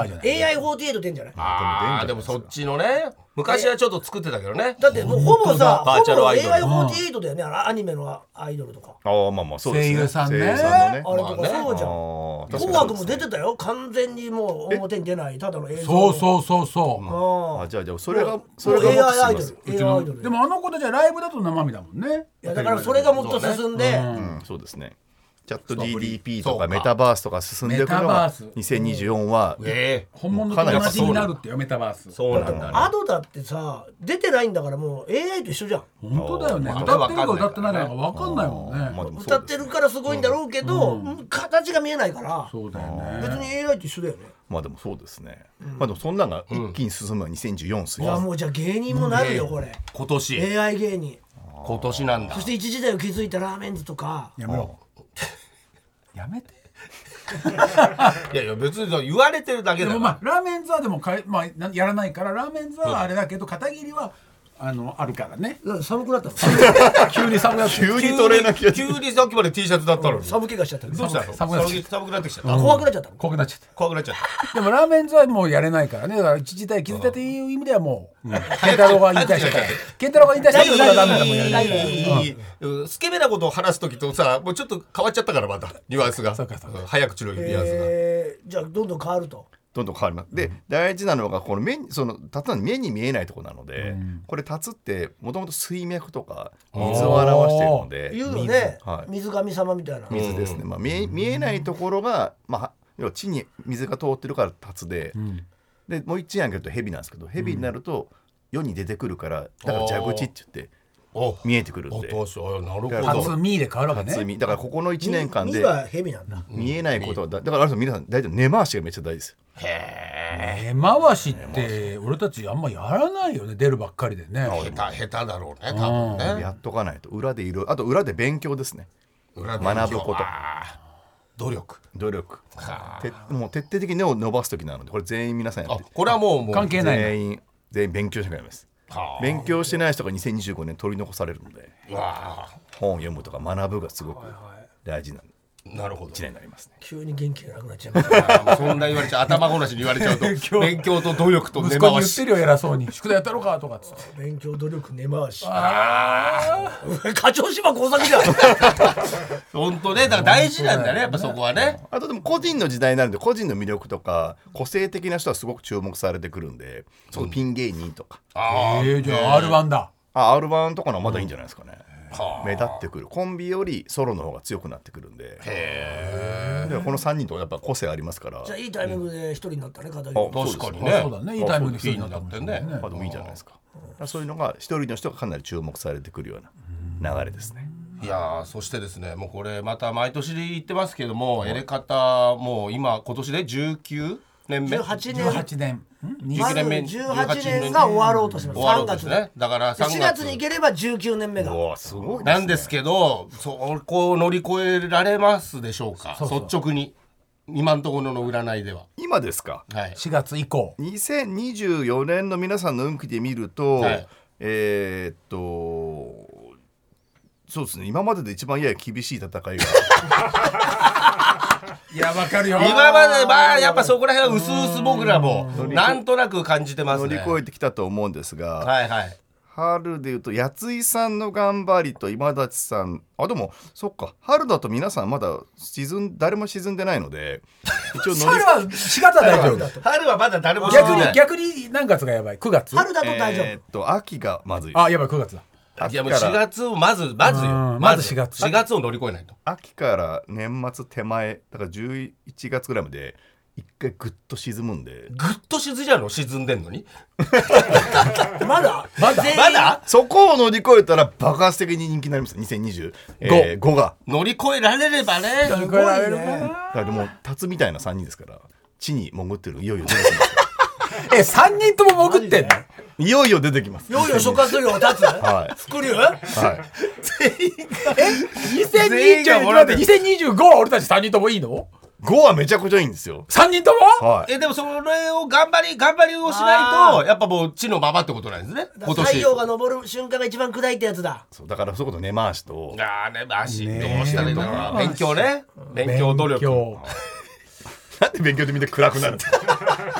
Speaker 3: じゃない
Speaker 1: AI48 出んじゃない
Speaker 2: あーでもそっちのね昔はちょっと作ってたけどね
Speaker 1: だってもうほぼさ
Speaker 2: バーチャ
Speaker 1: ほ
Speaker 2: ル
Speaker 1: ぼ
Speaker 2: アイドル
Speaker 1: AI48 だよねあのアニメのアイドルとか
Speaker 4: ああまあまあそうですね
Speaker 3: 声優さんね
Speaker 4: 声優さんのね
Speaker 1: あれとかそうじゃん
Speaker 4: ああ
Speaker 1: 紅
Speaker 4: 確かにそう
Speaker 1: 白も出てたよ完全にもう表に出ないただの映像
Speaker 3: そうそうそうそう。
Speaker 1: あ
Speaker 4: あ
Speaker 1: あ
Speaker 4: じゃあじゃあそれがそ
Speaker 1: そ
Speaker 4: れ
Speaker 1: れ
Speaker 4: がもっ
Speaker 1: AI アイ
Speaker 4: と
Speaker 1: ド
Speaker 4: 進み
Speaker 1: ル AI アイドル
Speaker 3: でもあの子たちはライブだと生身だもんね。
Speaker 1: いやだからそれがもっと進んで、
Speaker 4: ますうんそうですねチャット
Speaker 2: リ
Speaker 4: GDP
Speaker 2: そう
Speaker 4: と
Speaker 2: か
Speaker 4: かメタバースとか進んでいく
Speaker 3: メタ
Speaker 4: の
Speaker 3: バー
Speaker 4: が
Speaker 3: ス
Speaker 4: 2024は
Speaker 2: ええ
Speaker 3: 本物と同じになるってよメタバース。
Speaker 2: そうなんだね
Speaker 1: アドだってさ出てないんだからもう AI と一緒じゃん
Speaker 3: 本当だよね。
Speaker 2: まあ
Speaker 3: 歌ってるか歌ってないかわかんないもん
Speaker 4: あーま
Speaker 3: ね。
Speaker 4: あでもそ
Speaker 1: 歌
Speaker 4: う
Speaker 1: っ
Speaker 4: で
Speaker 1: て
Speaker 4: す
Speaker 1: るからすごいんだろうけど、うん形が見えないから
Speaker 3: そうだよね。
Speaker 1: 別に AI と一緒だよね
Speaker 4: まあでもそうですねまあでもそんなのが一気に進むのは2024っす
Speaker 1: いや
Speaker 4: よ
Speaker 1: もうじゃあ芸人もなるよこれ、
Speaker 2: 今年
Speaker 1: AI 芸人
Speaker 2: 今年なんだ
Speaker 1: そして一時代を築いたラーメンズとか
Speaker 3: やめろ。 [LAUGHS] やめて。
Speaker 2: いやいや別に言われてるだけ
Speaker 3: で
Speaker 2: だ
Speaker 3: も
Speaker 2: よ
Speaker 3: まあラーメンズはでもかえまあなやらないからラーメンズはあれだけど片桐はあのあるからね
Speaker 1: なんか寒くなったの
Speaker 3: [LAUGHS] 急に寒くなって
Speaker 4: 急にトレーナー着
Speaker 1: [LAUGHS]
Speaker 4: て
Speaker 2: 急に急にさっきまで T シャツだったのに。ど
Speaker 1: 寒気がしちゃったの
Speaker 2: うしたの
Speaker 3: 寒くなっちゃ
Speaker 2: 寒寒くなってきちゃった。
Speaker 1: 怖くなっちゃったの
Speaker 3: 濃くなっちゃっ
Speaker 2: 怖くなっちゃった
Speaker 3: でもラーメンズはもうやれないからねだから一時代気づいたという意味ではもう健
Speaker 2: く
Speaker 3: 太郎が引退した [LAUGHS] から健太郎が引退したからラーメンズはもうやれないから
Speaker 2: いいスケベなことを話す時とさもうちょっと変わっちゃったからまたニュアンスが
Speaker 3: そうかそうか
Speaker 2: うん早口のニュアンスが、
Speaker 1: えーじゃあどんどん変わると
Speaker 4: どんどん変わります。で、大事なのがこの目にそのたつの目に見えないところなので、これたつってもともと水脈とか水を表しているので
Speaker 1: 言うのね
Speaker 4: 水はい
Speaker 1: 水神様みたいな
Speaker 4: 水ですね、まあ、見え見えないところが、まあ、要は地に水が通ってるから竜で,、でもう一案挙げると蛇なんですけど蛇になると世に出てくるからだから蛇口って言って
Speaker 2: お
Speaker 4: 見えてくるん
Speaker 2: お
Speaker 4: で
Speaker 2: 父さんあなるほ
Speaker 4: だか
Speaker 3: 初
Speaker 2: ど
Speaker 3: 見で変わるわけ
Speaker 4: 竜
Speaker 3: ね
Speaker 4: 見だからここの1年間
Speaker 1: 水
Speaker 4: で
Speaker 1: は蛇なんだ
Speaker 4: 見えないことはだだからあれですよ皆さん大体根回しがめっちゃ大事です
Speaker 3: 根回しって俺たちあんまやらないよね出るばっかりでね
Speaker 2: 下手下手だろうね多分ね
Speaker 4: やっとかないと裏でいろいろあと裏で勉強ですね
Speaker 2: 裏で
Speaker 4: 学ぶこと
Speaker 2: あー努力
Speaker 4: 努力
Speaker 2: は
Speaker 4: てもう徹底的に根を伸ばす時なのでこれ全員皆さんや
Speaker 2: あ
Speaker 4: って
Speaker 2: これはもうもう
Speaker 3: 関係ない
Speaker 4: 全員全員勉強しなきゃいけないです
Speaker 2: はあ
Speaker 4: 勉強してない人が2025年取り残されるので
Speaker 2: わあ
Speaker 4: 本を読むとか学ぶがすごく大事な
Speaker 2: なるほど
Speaker 4: 一年になりますね。
Speaker 1: 急に元気がなくなっちゃいました
Speaker 2: [LAUGHS] あーそんな言われちゃう頭ごなしに言われちゃうと勉強と努力と根
Speaker 3: 息子
Speaker 2: 回
Speaker 3: に言っ
Speaker 2: して
Speaker 3: るよ偉そうに宿題やったろかとかっつって
Speaker 1: 勉強努力根回し課長島工作じゃん
Speaker 2: 本当ねだから大事なんだねやっぱそこはね
Speaker 4: あとでも個人の時代になるんで個人の魅力とか個性的な人はすごく注目されてくるんでそのピン芸人とか、
Speaker 2: あ
Speaker 3: ええじゃあ R1 だ
Speaker 4: あ R1 とかのはまだいいんじゃないですかね、
Speaker 2: は
Speaker 4: 目立ってくるコンビよりソロの方が強くなってくるんででこの3人とやっぱ個性ありますから
Speaker 1: [LAUGHS] じゃあいいタイミングで一人になったね片桐
Speaker 2: あ
Speaker 4: そうで
Speaker 2: 確
Speaker 4: す
Speaker 2: かに
Speaker 3: あ
Speaker 2: ね
Speaker 3: そうだねいいタイミングで一人
Speaker 2: いい
Speaker 3: にな
Speaker 2: な
Speaker 3: ったも
Speaker 2: っ
Speaker 3: んね
Speaker 2: てんね
Speaker 4: まあでもいいじゃないですかだからそういうのが一人の人がかなり注目されてくるような流れですね
Speaker 2: いやーそしてですねもうこれまた毎年言ってますけども、エレカタもう今今年で19年目
Speaker 1: 18年
Speaker 3: 18年んに
Speaker 1: まず
Speaker 2: 年目
Speaker 1: 18年が終わろうとします
Speaker 2: 終わ
Speaker 1: 3
Speaker 2: ろうです
Speaker 1: 月
Speaker 2: ね
Speaker 1: で
Speaker 2: だから3
Speaker 1: 4月に行ければ19年目が
Speaker 4: おおすごい
Speaker 2: なんですけどそこを乗り越えられますでしょうか率直に今のところの占いでは
Speaker 4: 今ですか
Speaker 2: はい
Speaker 3: 4月以降
Speaker 4: 2024年の皆さんの運気で見ると、
Speaker 2: はい
Speaker 4: えーっとそうですね今までで一番やや厳しい戦いが
Speaker 3: いやわかるよ
Speaker 2: 今までまあやっぱそこら辺は薄々僕らもなんとなく感じてます
Speaker 4: 乗り
Speaker 2: ね
Speaker 4: 越えてきたと思うんですが、
Speaker 2: はいはい
Speaker 4: 春でいうと八井さんの頑張りと今立さんあでもそっか春だと皆さんまだ沈ん誰も沈んでないの [LAUGHS] で一応乗り
Speaker 3: 春は4月は大丈夫
Speaker 2: 春はまだ誰も
Speaker 3: 逆
Speaker 2: 知らない
Speaker 3: に逆に何月がやばい9月
Speaker 1: 春だと大丈
Speaker 4: えーっと秋がまずい
Speaker 3: あやばい9月だ
Speaker 2: いやもう
Speaker 4: 秋か
Speaker 2: 4
Speaker 4: ら
Speaker 2: 月をまずまず
Speaker 3: う
Speaker 2: よ
Speaker 3: んまず4月
Speaker 2: 4月を乗り越えないと
Speaker 4: 秋から年末手前だから11月ぐらいまで一回ぐっと沈むんで
Speaker 2: ぐっと沈じゃうの沈んでんのに
Speaker 1: 夫まだ
Speaker 3: まだ
Speaker 1: 全員
Speaker 2: まだ
Speaker 4: そこを乗り越えたら爆発的に人気になります2025、えー5が
Speaker 2: 乗り越えられればね
Speaker 3: 乗り越えられるかな
Speaker 4: だからもう立つみたいな3人ですから地に潜ってるいよいよ出てきます
Speaker 3: え3人とも潜ってんの
Speaker 4: [LAUGHS] いよいよ出てきます
Speaker 1: いよいよ諸葛亮立つ
Speaker 4: はい
Speaker 1: 伏流
Speaker 4: はい [LAUGHS]
Speaker 2: 全員が
Speaker 3: 2020
Speaker 2: もら
Speaker 3: だっ
Speaker 2: ってて
Speaker 3: 2025は俺たち3人ともいいの
Speaker 4: 5はめちゃくちゃいいんですよ
Speaker 3: ?3 人とも
Speaker 4: はい
Speaker 2: えでもそれを頑張り頑張りをしないとやっぱもう地のままってことなんですね今年
Speaker 1: 太陽が昇る瞬間が一番砕いたやつだ
Speaker 4: そうだからそういうこと根回しと
Speaker 2: あーね足どう
Speaker 3: ね
Speaker 2: したらいいんだろうな
Speaker 3: どうし
Speaker 2: 勉強ね勉強努力
Speaker 3: 強
Speaker 4: なんで勉強でみんな暗くなるんですか [LAUGHS]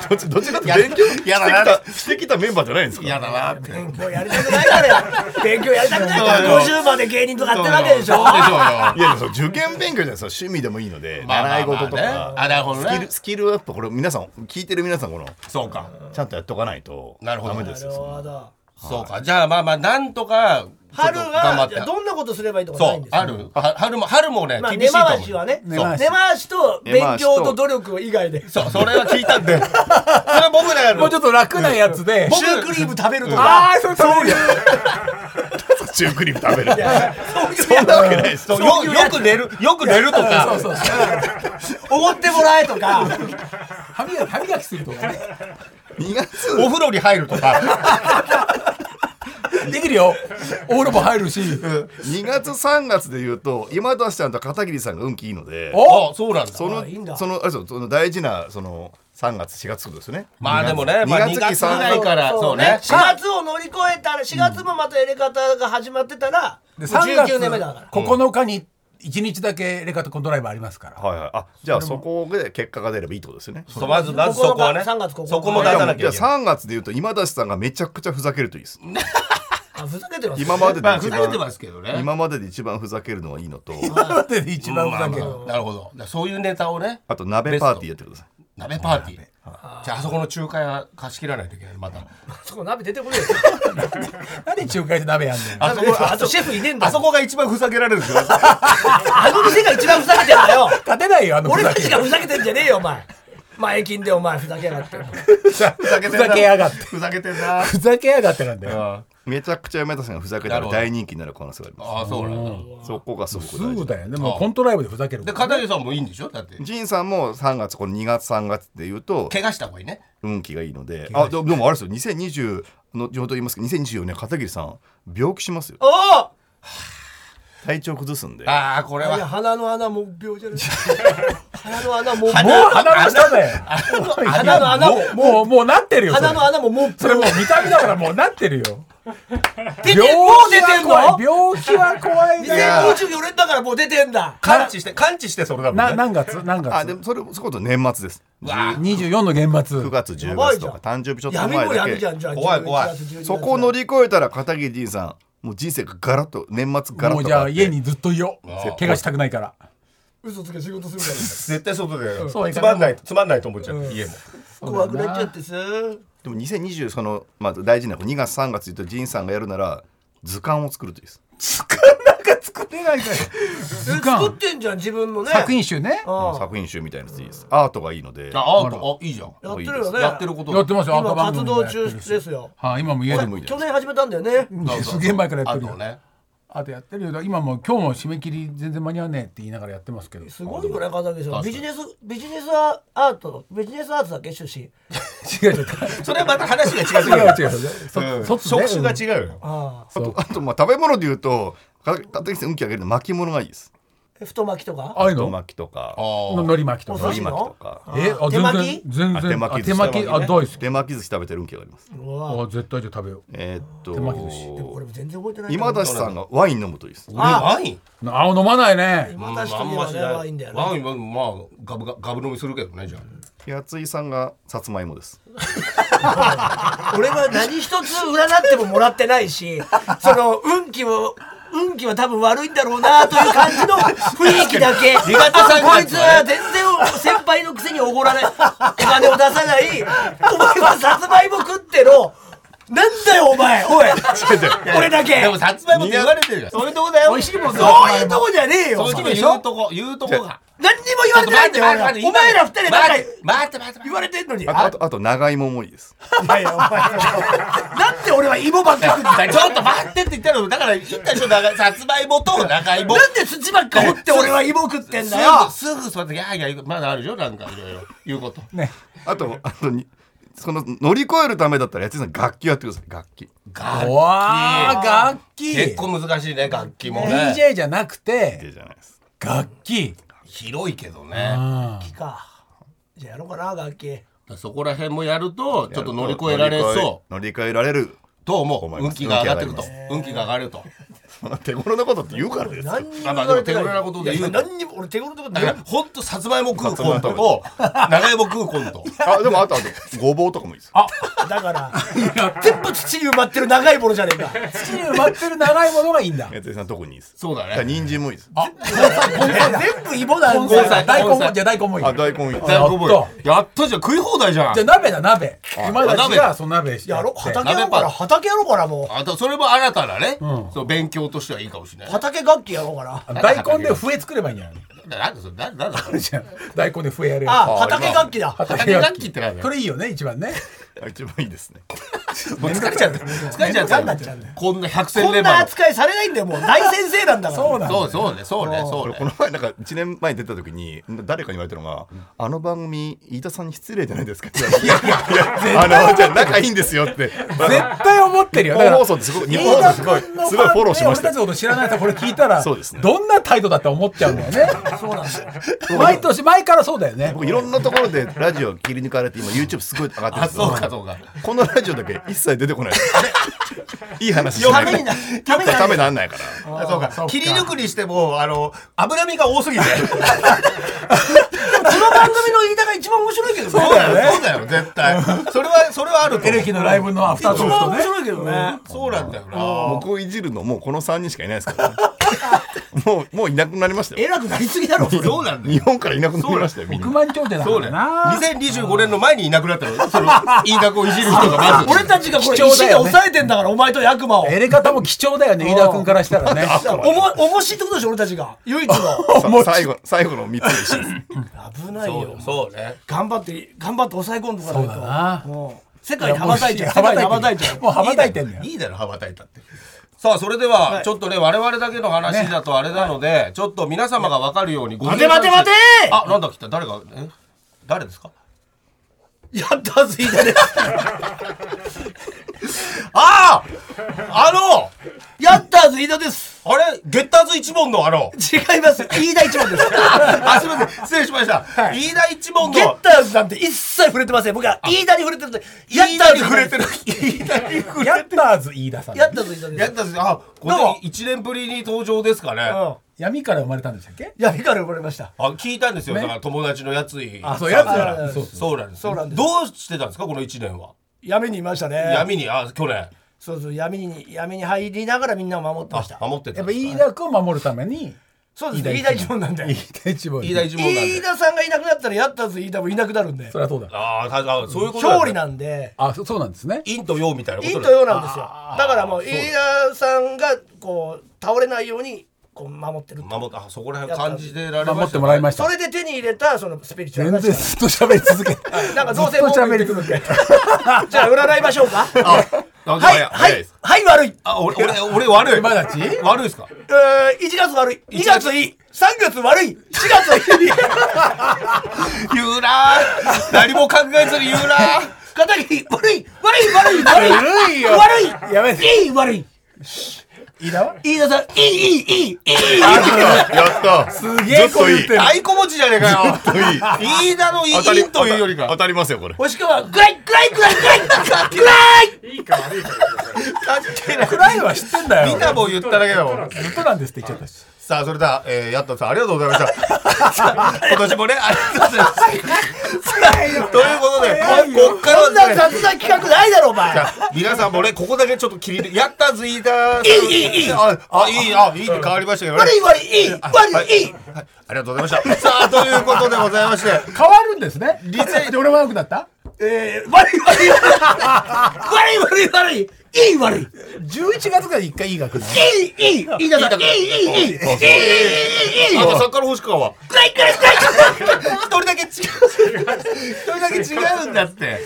Speaker 4: どっちどっちかって
Speaker 2: や
Speaker 4: 勉強してき
Speaker 2: やだな
Speaker 4: たしてきたメンバーじゃないんですか
Speaker 2: 嫌だなって
Speaker 1: 勉強やりたくないからや勉強やりたくないから50まで芸人とかやってるわけでしょ
Speaker 2: そうでしょうよ
Speaker 4: いやでもそう受験勉強じゃないですか趣味でもいいので
Speaker 2: まあま
Speaker 4: [LAUGHS] 習
Speaker 2: あ
Speaker 4: い
Speaker 2: まあね
Speaker 4: 事とか
Speaker 2: あなるほどね
Speaker 4: スキルスキルアップこれ皆さん聞いてる皆さんこの
Speaker 2: そうか
Speaker 4: ちゃんとやっとかないと
Speaker 2: なるほど
Speaker 4: ダメです
Speaker 1: なる
Speaker 4: よそん
Speaker 1: ほ
Speaker 4: な
Speaker 1: ど
Speaker 2: そうかじゃあまあまあなんとかちょ
Speaker 1: 春
Speaker 2: っと頑張
Speaker 1: は
Speaker 2: っ
Speaker 1: じゃあ
Speaker 2: て
Speaker 1: どんなことすればいいとかな
Speaker 2: そ
Speaker 1: いん
Speaker 2: う
Speaker 1: ですか
Speaker 2: あるは春も春もね
Speaker 1: まあ
Speaker 2: 厳し
Speaker 1: 根
Speaker 2: いと思う
Speaker 1: 回しはね
Speaker 3: 根
Speaker 1: 根
Speaker 3: 回
Speaker 1: 回
Speaker 3: し
Speaker 1: しと勉強と努力以
Speaker 2: [LAUGHS]
Speaker 1: 外でシ
Speaker 2: そうそれは聞いたんでそれは僕ら
Speaker 3: もうちょっ
Speaker 2: っ
Speaker 3: と楽なやつで
Speaker 1: ュークリーム食べるとか
Speaker 3: ああそれそういう
Speaker 4: チュークリーム食べる
Speaker 2: [LAUGHS]
Speaker 1: そん
Speaker 4: なわけないです
Speaker 2: とよよく寝るよく寝るとか
Speaker 3: そうそう
Speaker 1: おごってもらえと [LAUGHS] か
Speaker 3: 歯磨き歯磨きするとかね
Speaker 4: 2月
Speaker 2: お風呂に入るとか
Speaker 3: できるよオールも入るし。
Speaker 4: 2月3月で言うと今田さんと片桐さんが運気いいので
Speaker 2: ああそうなんだ
Speaker 4: その
Speaker 1: あいいんだ
Speaker 4: そのあれですよその大事なその3月4月ってことですよね
Speaker 2: まあでもね、まあ、2
Speaker 4: 2
Speaker 2: 月
Speaker 4: 月
Speaker 2: ぐらいからそうね
Speaker 1: 4月を乗り越えたら4月もまた入れ方が始まってたら、
Speaker 3: で
Speaker 1: 19年目だから
Speaker 3: 9日に1日だけレカとコンドライバーありますから。
Speaker 4: はいはいあじゃあそこで結果が出ればいいってことですよね
Speaker 2: そうまずまずそこはね
Speaker 1: 3月9日
Speaker 2: そこも出さなき
Speaker 4: じ
Speaker 2: ゃい
Speaker 4: ゃあ
Speaker 2: けない
Speaker 4: 3月で言うと今田さんがめちゃくちゃふざけるといいです
Speaker 1: あふざけてます
Speaker 4: 今までで
Speaker 2: まあふ
Speaker 4: 一
Speaker 2: ざけて
Speaker 4: 番、
Speaker 2: ますけどね
Speaker 4: 今までで一番ふざけるのはいいの
Speaker 2: [LAUGHS]
Speaker 4: と
Speaker 3: だって [LAUGHS] 一番ふ
Speaker 2: まあ
Speaker 3: ざ
Speaker 2: ま
Speaker 3: ける。
Speaker 2: あなるほどだからそういうネタをね
Speaker 4: あと鍋パーティーやってください
Speaker 2: 鍋パーティーじゃああそこの仲介は貸し切らないといけないまた
Speaker 1: そこ鍋出てこれよ
Speaker 3: 何仲介で鍋やんねん。
Speaker 2: あそ
Speaker 1: [LAUGHS]
Speaker 2: こ
Speaker 1: あとシェフいねえんだ
Speaker 2: あそこが一番ふざけられるんですよ
Speaker 1: あの店が一番ふざけてんだ
Speaker 2: [LAUGHS]
Speaker 1: よ
Speaker 3: 勝てないよ、あのふ
Speaker 1: 俺
Speaker 3: ざ
Speaker 1: た
Speaker 3: け
Speaker 1: ちがふざけてんじゃねえよお前前金でお前ふざけやが
Speaker 2: [LAUGHS]
Speaker 1: って
Speaker 4: ふざけ
Speaker 3: ふざけやがって
Speaker 4: ふざけてんな
Speaker 3: ふざけやがってなんだよ。
Speaker 4: めちゃくちゃ今田さんがふざけたら大人気になる可能性がありま
Speaker 2: ああそうなんだ
Speaker 4: すそこがすごく
Speaker 3: す
Speaker 4: 大
Speaker 3: ぐ
Speaker 4: 事
Speaker 3: だよね。もうコントライブでふざける
Speaker 2: で
Speaker 3: から。
Speaker 2: 片桐さんもいいんでしょだって
Speaker 4: 仁さんも3月この2月3月で言うと
Speaker 2: 怪我した方がいいね
Speaker 4: 運気がいいのであでもでもあれですよ2020の地元言いますけど2024年片桐さん病気しますよ
Speaker 1: おお
Speaker 4: 体調崩すんで
Speaker 2: ああこれ
Speaker 1: いや
Speaker 2: は
Speaker 1: 鼻の穴も病じゃない
Speaker 2: [LAUGHS]
Speaker 1: 鼻の穴もう
Speaker 3: もう鼻の下だよ。
Speaker 1: 鼻の穴も
Speaker 3: もう、もう、もうなってるよ。それ
Speaker 1: 鼻の穴ももう
Speaker 3: それもう見た目だからもうなってるよ。
Speaker 1: 出て
Speaker 3: 病
Speaker 1: も
Speaker 3: 気
Speaker 1: う出てん
Speaker 3: は
Speaker 1: の
Speaker 3: 怖い病気は怖いね。
Speaker 1: 2024年だからもう出てんだ
Speaker 2: 完治して完治してそれだもん
Speaker 3: な
Speaker 2: ね
Speaker 3: 何月何
Speaker 4: あで
Speaker 3: 月
Speaker 4: もそれそこと年末です
Speaker 2: わあ
Speaker 3: 24の年末
Speaker 4: 9月10
Speaker 1: やばい
Speaker 4: 月
Speaker 1: じゃ
Speaker 4: と
Speaker 1: ん
Speaker 4: か誕生日ちょっと
Speaker 1: 闇
Speaker 4: 前
Speaker 1: も
Speaker 4: だ
Speaker 1: 闇じゃん
Speaker 4: け
Speaker 1: じゃあ
Speaker 2: 怖い怖い
Speaker 1: 11月12月
Speaker 4: そこ乗り越えたら片桐仁さんもう人生がガラッと年末ガラ
Speaker 3: も
Speaker 4: ッ
Speaker 3: うじ
Speaker 4: と変
Speaker 3: ゃ
Speaker 4: わ
Speaker 3: あ
Speaker 4: って
Speaker 3: 家にずっといよ
Speaker 2: あ
Speaker 3: う怪我したくないから
Speaker 1: 嘘つけ仕事するか
Speaker 2: 絶対外で
Speaker 3: そうはい
Speaker 2: つ
Speaker 3: か
Speaker 2: ま
Speaker 3: ない
Speaker 2: んないつまんないと思っちゃう家も
Speaker 1: ら [LAUGHS] 怖くなっちゃってさ
Speaker 4: でも2020その、まあ、大事な2月3月言うと仁さんがやるなら図鑑を作るといいです
Speaker 3: 作ってないか
Speaker 1: え
Speaker 3: ら
Speaker 1: 作ってんじゃん自分のね
Speaker 3: 作品集ね
Speaker 1: ああ
Speaker 4: 作品集みたいなやついいですアートがいいので
Speaker 2: あアートあいいじゃん
Speaker 1: やってるよね
Speaker 2: やってることだ
Speaker 3: やってますよ
Speaker 1: 今活動中
Speaker 3: す
Speaker 1: ですよ
Speaker 3: はい今も家でも
Speaker 1: 去年始めたんだよね
Speaker 2: そうそう
Speaker 3: すげえ前からやってる
Speaker 2: あ
Speaker 3: よ
Speaker 2: とね
Speaker 3: あとやってるよ今もう今日も締め切り全然間に合わねえって言いながらやってますけど
Speaker 1: すごいよね片桐さん
Speaker 2: 確か
Speaker 1: ビ
Speaker 2: に
Speaker 1: ジネスビジネスアートビジネスアートだっけ出身
Speaker 3: 違う違う
Speaker 2: それはまた話が違う
Speaker 3: 違う違う違
Speaker 2: う
Speaker 3: う
Speaker 2: ん
Speaker 3: そ卒ね
Speaker 2: 職種が違うよ
Speaker 1: ああ
Speaker 4: あとあとまあ食べ物で言うと片片桐さん運気上げるの巻物がいいです
Speaker 1: え太巻きとか
Speaker 3: ああいう
Speaker 4: 太
Speaker 3: の
Speaker 4: 巻きとか
Speaker 2: あ
Speaker 3: の
Speaker 2: あ
Speaker 3: のり巻きと
Speaker 1: お
Speaker 3: か
Speaker 1: 寿司
Speaker 4: 海
Speaker 1: の
Speaker 4: 巻きとか
Speaker 3: えあ
Speaker 1: 手
Speaker 3: 全
Speaker 1: 巻
Speaker 3: 然
Speaker 1: き
Speaker 3: 全
Speaker 4: あ手
Speaker 3: 然
Speaker 4: 巻
Speaker 3: あ
Speaker 4: き
Speaker 3: 手
Speaker 4: 寿司
Speaker 3: 巻きあ大好き
Speaker 4: 手巻き寿司食べてる運気上がります
Speaker 1: うわ
Speaker 3: あ絶対じゃ食べよ
Speaker 4: えーっと
Speaker 3: 手巻き寿司
Speaker 1: でもこれ全然覚えてない
Speaker 4: 今田さんがワイン飲むといいです
Speaker 2: 俺ワイン
Speaker 3: うあ飲まないね
Speaker 1: 今田氏といえばねワインだよね
Speaker 2: ワインはまあガブガガブ飲みするけどねじゃあ
Speaker 4: やついさんがさつまいもです
Speaker 1: 俺は何一つ占ってももらってないしその運気を運気は多分悪いんだろうなという感じの雰囲気だけ
Speaker 2: 苦手さん
Speaker 1: こいつは全然先輩のくせにおごらないお金を出さないお前はさつまいも食ってろなんだよお前おい俺だけ
Speaker 2: でもさつまいもって言われてるじゃん
Speaker 1: そういうとこだよ
Speaker 3: 美味しいもん
Speaker 1: そういうとこじゃねえよ
Speaker 2: そう
Speaker 1: お
Speaker 2: いうとこ
Speaker 1: 前
Speaker 2: 言うとこ言うとこが
Speaker 1: 何にも言われてないんだよ俺はお前ら二人で仲良い
Speaker 2: 待って待って待って
Speaker 1: 言われてんのに
Speaker 4: あとあとあと長芋もいいです
Speaker 1: なんで俺は芋ばっか食ってんだよ
Speaker 2: ちょっと待ってって言ったのだから言ったでしょだからさつまいもと長芋
Speaker 1: なんで土ばっか掘って俺は芋食ってん
Speaker 2: す
Speaker 1: だよ
Speaker 2: ぐすぐそうやっていやいや言うまだあるよなんかいろいろ言うこと
Speaker 3: ね
Speaker 4: あとあとにその乗り越えるためだったらやついさん楽器やってください楽器
Speaker 2: 楽器
Speaker 3: わあ楽器
Speaker 2: 結構難しいね楽器もね
Speaker 3: DJ じゃなくて
Speaker 4: じゃないです
Speaker 3: 楽器
Speaker 2: 広いけどね
Speaker 1: いいかじゃあやろうかな楽器
Speaker 2: そこら辺もやるとちょっと乗り越えられそう
Speaker 4: 乗り越え乗り越えられる [LAUGHS]
Speaker 2: と思
Speaker 4: 思
Speaker 2: う
Speaker 4: いま
Speaker 2: 運
Speaker 4: す
Speaker 2: 気が上がってくと
Speaker 4: 運気が
Speaker 2: 運気が上がると
Speaker 4: そんな手頃なことって言うからですよ
Speaker 1: 何にも
Speaker 2: あまあ
Speaker 1: 言われてない
Speaker 2: でも手頃なことで言う
Speaker 1: いや何にも俺手頃なこと
Speaker 2: だ
Speaker 1: 言
Speaker 2: か
Speaker 1: う
Speaker 2: らほんとさつまいも食うコントと長芋食うコント
Speaker 4: あでもあとあとごぼうとかもいいですあ
Speaker 1: だから全部土に埋まってる長いものじゃねえか
Speaker 3: 土に埋まってる長いものがいいんだ
Speaker 4: [LAUGHS] やついさん特にいいです
Speaker 2: そうだ
Speaker 4: だから
Speaker 2: ね
Speaker 4: 人参もいいです
Speaker 1: 全部芋なん
Speaker 3: 根
Speaker 1: だよ
Speaker 2: 菜
Speaker 3: 菜大根
Speaker 2: 根菜
Speaker 3: もじゃあ大根もいい
Speaker 4: あ大根いい
Speaker 2: やったやったじゃん食い放題じゃん
Speaker 3: じゃあ鍋だ鍋今だ
Speaker 2: 鍋
Speaker 3: し
Speaker 2: だ
Speaker 3: がその鍋して
Speaker 1: やろ畑やろうから畑やろうからも
Speaker 2: あとそれも新たなね、そう勉強としてはいいかもしれな
Speaker 1: う
Speaker 2: い。
Speaker 1: 畑楽器やろうから
Speaker 3: あの大根で笛作ればいいんじゃない
Speaker 2: なんだそれ、なんだなんだそれ。
Speaker 3: じゃあ大根で笛やるやつ
Speaker 1: あ畑楽器だ
Speaker 2: 畑楽器ってなんだ
Speaker 3: そ
Speaker 2: よ。
Speaker 3: れいいよね一番ね
Speaker 4: あ一番いいですね
Speaker 2: もう疲れちゃった疲れちゃ
Speaker 1: 面倒
Speaker 2: っ
Speaker 1: くさくなっちゃ
Speaker 2: た
Speaker 1: うんだよ
Speaker 2: こんな百戦
Speaker 1: こん
Speaker 2: 錬
Speaker 1: な
Speaker 2: 磨の
Speaker 1: 扱いされないんだよもう大先生なんだから
Speaker 5: そうなんだ
Speaker 2: そうそうねそうねそう
Speaker 4: 俺
Speaker 2: ね
Speaker 4: この前なんか1年前に出た時に誰かに言われたのが「あの番組飯田さんに失礼じゃないですか」って言われて「いやいや [LAUGHS] いやあのじゃあ仲いいんですよ」って
Speaker 5: 絶対思ってるよ
Speaker 4: 日
Speaker 5: だから
Speaker 4: 本放送ってすごい日本放送すごい
Speaker 5: 飯田君の
Speaker 4: すごいフォローしまし
Speaker 5: ファンで俺た
Speaker 4: た
Speaker 5: ちのこと知らない人これ聞いたら
Speaker 4: そうですね
Speaker 5: どんな態度だって思っちゃうんだよねそうなんです毎年前からそうだよね
Speaker 4: 僕いろんなところでラジオ切り抜かれて今 YouTube すごい上がってるん
Speaker 2: あ
Speaker 4: ですけど
Speaker 2: そうかそうか
Speaker 4: このラジオだけ一切出てこないあれいい話し
Speaker 1: た
Speaker 4: な
Speaker 1: めに
Speaker 4: い
Speaker 1: なた
Speaker 4: た
Speaker 1: め
Speaker 4: め
Speaker 1: になる
Speaker 4: になんないから
Speaker 2: あそうか切り抜くにしてもあの脂身が多すぎて
Speaker 1: この番組の言い方が一番面白いけどね
Speaker 2: そうだよそうだよ絶対それはそれはあると
Speaker 5: エレキのライブのアフタート
Speaker 1: 一
Speaker 5: ーク
Speaker 1: 番
Speaker 5: と
Speaker 1: 面
Speaker 5: ね
Speaker 1: 白いけどね
Speaker 2: そうなんだよな
Speaker 4: 僕をいじるのもうこの3人しかいないですからねもうもういなくなりましたよ
Speaker 1: 偉くなりすぎだろそれ
Speaker 2: そうなんだ
Speaker 4: 日
Speaker 2: よ
Speaker 4: 本からいなくなりましたよみんな
Speaker 5: 億万長者だか
Speaker 2: そう
Speaker 5: ら
Speaker 2: だよ
Speaker 5: な
Speaker 2: 2025年の前にいなくなったのその言い学をいじる人
Speaker 1: [LAUGHS]
Speaker 2: がまず
Speaker 1: 俺たちがこれ
Speaker 5: 貴重
Speaker 1: 石
Speaker 5: だ
Speaker 1: で
Speaker 5: よね
Speaker 1: 抑えてんだからお前と悪魔を
Speaker 5: やり方も貴重だよね飯田君からしたらね
Speaker 1: だからおもおもしってことでしょ俺たちが唯一
Speaker 2: [LAUGHS]
Speaker 1: の
Speaker 4: さ最後最後の3つで一緒です
Speaker 1: 危ない
Speaker 2: そう
Speaker 1: よ
Speaker 2: よそうね
Speaker 1: 頑張って頑張って抑え込んどか
Speaker 5: そうだな
Speaker 1: ないとうん世界に羽ばたいちゃう世界に羽ばたいちゃう
Speaker 5: もう羽ばたいてんだよ
Speaker 2: いいだろ羽ばたいたってさあそれでは、ちょっとね我々だけの話だとあれなので、ちょっと皆様が分かるようにご
Speaker 1: 待て待て待て
Speaker 2: あなんだ来た誰がえ誰ですか
Speaker 1: やったぜいいだね
Speaker 2: [LAUGHS] あああ
Speaker 1: やったぜ飯田です
Speaker 2: のあれゲッターズ一門のあの
Speaker 1: 違います飯田一番 [LAUGHS] です
Speaker 2: あすみません失礼しました、飯田一門の
Speaker 1: ゲッターズなんて一切触れてません僕は飯田に触れてるんでや
Speaker 2: 飯田に触
Speaker 1: ー
Speaker 2: れ
Speaker 1: ズ
Speaker 2: てる飯田に触れ
Speaker 5: やったーず飯田さん
Speaker 1: やったぜ飯田
Speaker 2: や
Speaker 1: です
Speaker 2: ったですあこ
Speaker 1: ど
Speaker 2: れ
Speaker 1: うも
Speaker 2: 1年ぶりに登場ですかね、
Speaker 1: うん
Speaker 5: 闇から生まれたんでしたっけ
Speaker 1: 闇から生まれました
Speaker 2: あ聞いたんですよ、だから友達のやつい
Speaker 5: あそうやつ
Speaker 2: さん
Speaker 5: ら
Speaker 2: から
Speaker 5: そう
Speaker 2: そうなんです
Speaker 1: そうなんです
Speaker 2: どうしてたんですかこの1年は、
Speaker 1: 闇にいましたね
Speaker 2: 闇にあ去年
Speaker 1: そうそう闇に闇に入りながらみんなを守ってました
Speaker 2: あ守ってた
Speaker 5: やっ
Speaker 2: ん
Speaker 5: ぱ
Speaker 2: ですか
Speaker 5: 飯田君を守るために
Speaker 1: そうですね飯田一番なんで
Speaker 5: 飯田一番
Speaker 2: 飯田一門なん
Speaker 1: 飯
Speaker 2: で
Speaker 1: 田さんがいなくなったらやったぜ飯田もいなくなるんで
Speaker 5: そりゃそうだ
Speaker 2: ああ確かそういうこと
Speaker 1: 表裏
Speaker 2: な
Speaker 1: なんで
Speaker 5: あそそうなんですね
Speaker 2: 陰と陽みたいなこと
Speaker 1: 陰
Speaker 2: なん
Speaker 1: と
Speaker 2: だ
Speaker 1: 陽なんですよだからもう
Speaker 2: そうだ
Speaker 1: 飯田さんがこう倒れないようにこう守ってる
Speaker 2: 守っあそこら辺感じてられましたね
Speaker 5: 守ってもらいまし
Speaker 1: そ
Speaker 5: た
Speaker 1: れで手に入れたそのスピリチュアル
Speaker 5: 全
Speaker 1: な
Speaker 5: 然ずっと喋り続け
Speaker 1: [LAUGHS] なんかどう
Speaker 5: ず
Speaker 1: せ
Speaker 5: っと喋
Speaker 1: 文句
Speaker 5: り
Speaker 1: 言っ
Speaker 5: 続
Speaker 1: て
Speaker 5: け
Speaker 1: [LAUGHS] じゃあ占いましょうか
Speaker 2: ああ
Speaker 1: はい
Speaker 2: 早い
Speaker 1: は
Speaker 2: 早いで
Speaker 1: い
Speaker 2: す
Speaker 1: はい悪い
Speaker 2: あ俺俺俺悪い
Speaker 5: 今だち
Speaker 2: 悪いですか
Speaker 1: えー1月悪い2月いい3月悪い4月いい
Speaker 2: 言うなー何も考えずに言うなー
Speaker 1: 片桐悪い悪い悪い悪い
Speaker 5: 悪いよ
Speaker 1: 悪い
Speaker 5: やめて
Speaker 1: いい悪い
Speaker 5: 飯田は
Speaker 1: 飯田さんいいいいいいいい
Speaker 4: やったす
Speaker 5: すげえこう言ってる
Speaker 2: 太鼓持ちじゃねえかよ
Speaker 4: といい
Speaker 2: 飯田の
Speaker 4: 当たり
Speaker 2: 陰というより
Speaker 4: 当
Speaker 2: か
Speaker 4: たりますよこれ
Speaker 1: 星川暗い暗い暗い暗い暗い
Speaker 5: 暗いは知ってんだよ
Speaker 2: 見たも言っただけだもん
Speaker 5: ずっとなんですって言っちゃったし
Speaker 2: さあそれでは、えー、やっとさんありがとうございました。 [LAUGHS] 今年もねありがとうございました。ということでここっから
Speaker 1: こんな
Speaker 2: は、ね、
Speaker 1: 雑な企画ないだろお前
Speaker 2: 皆さんもねここだけちょっと切り抜やったずいたい
Speaker 1: いいいいいい
Speaker 2: ああいいあいいって変わりましたけどね。
Speaker 1: 悪い悪いいい悪いいい
Speaker 2: はいありがとうございました。さあということでございまして
Speaker 5: 変わるんですね
Speaker 2: リセ
Speaker 5: で俺は悪くなった
Speaker 1: えー悪い悪い悪い悪い悪いいい悪い
Speaker 5: 11月から一回いい学年
Speaker 1: いいいい飯田さんいいいいいいいいいいいいいいい
Speaker 2: あと作家の星川は
Speaker 1: 暗い暗い暗い
Speaker 2: 一人だけ違う一人だけ違うんだって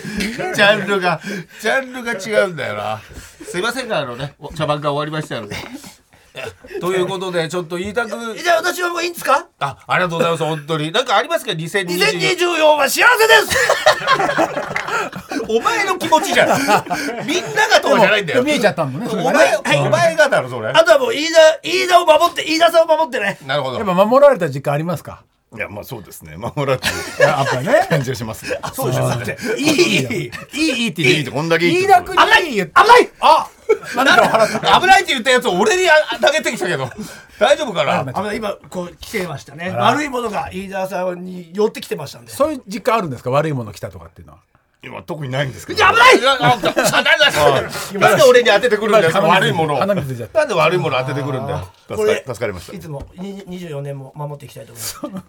Speaker 2: ジャンルがジャンルが違うんだよなすいませんがあのねお茶番が終わりましたのでということでちょっと言いたく
Speaker 1: じゃあ私はもういいんですか
Speaker 2: あありがとうございます本当になんかありますか2020
Speaker 1: 2024は幸せです
Speaker 2: お前の気持ちじゃんみんながとかじゃないんだよ
Speaker 5: 見えちゃったもんねそれ
Speaker 2: お
Speaker 5: がね
Speaker 2: 前お前がだろそれ
Speaker 1: あとはもう飯田飯田を守って飯田さんを守ってね
Speaker 2: なるほ
Speaker 5: やっ
Speaker 2: ど
Speaker 5: ぱ守られた時間あります
Speaker 1: [LAUGHS]
Speaker 5: か
Speaker 4: いやまあそうですね守られてる
Speaker 5: やっぱね
Speaker 4: 感じがしますね
Speaker 1: そうでしょだっていいいい
Speaker 5: いいいいって
Speaker 4: いいってこんだけいいって
Speaker 5: 飯田君
Speaker 1: 甘
Speaker 5: にいい
Speaker 1: い
Speaker 5: 言
Speaker 1: 甘
Speaker 5: っ
Speaker 1: い
Speaker 5: て
Speaker 2: あ危ないって言ったやつを俺にあ投げてきたけど大丈夫かな
Speaker 1: あの今こう来てましたね悪いものが飯田さんに寄ってきてましたんで
Speaker 5: そういう時間あるんですか悪いもの来たとかっていうのは
Speaker 4: 今特にないんですけど
Speaker 1: やばい
Speaker 2: あああなんだなんで俺に当ててくるんだよその悪いものを
Speaker 5: 鼻水出ちゃった
Speaker 2: なんで悪いもの当ててくるんだよ
Speaker 4: 助
Speaker 1: こ
Speaker 4: か
Speaker 1: れ
Speaker 4: 助かりました
Speaker 1: いつもに24年も守っていきたいと思います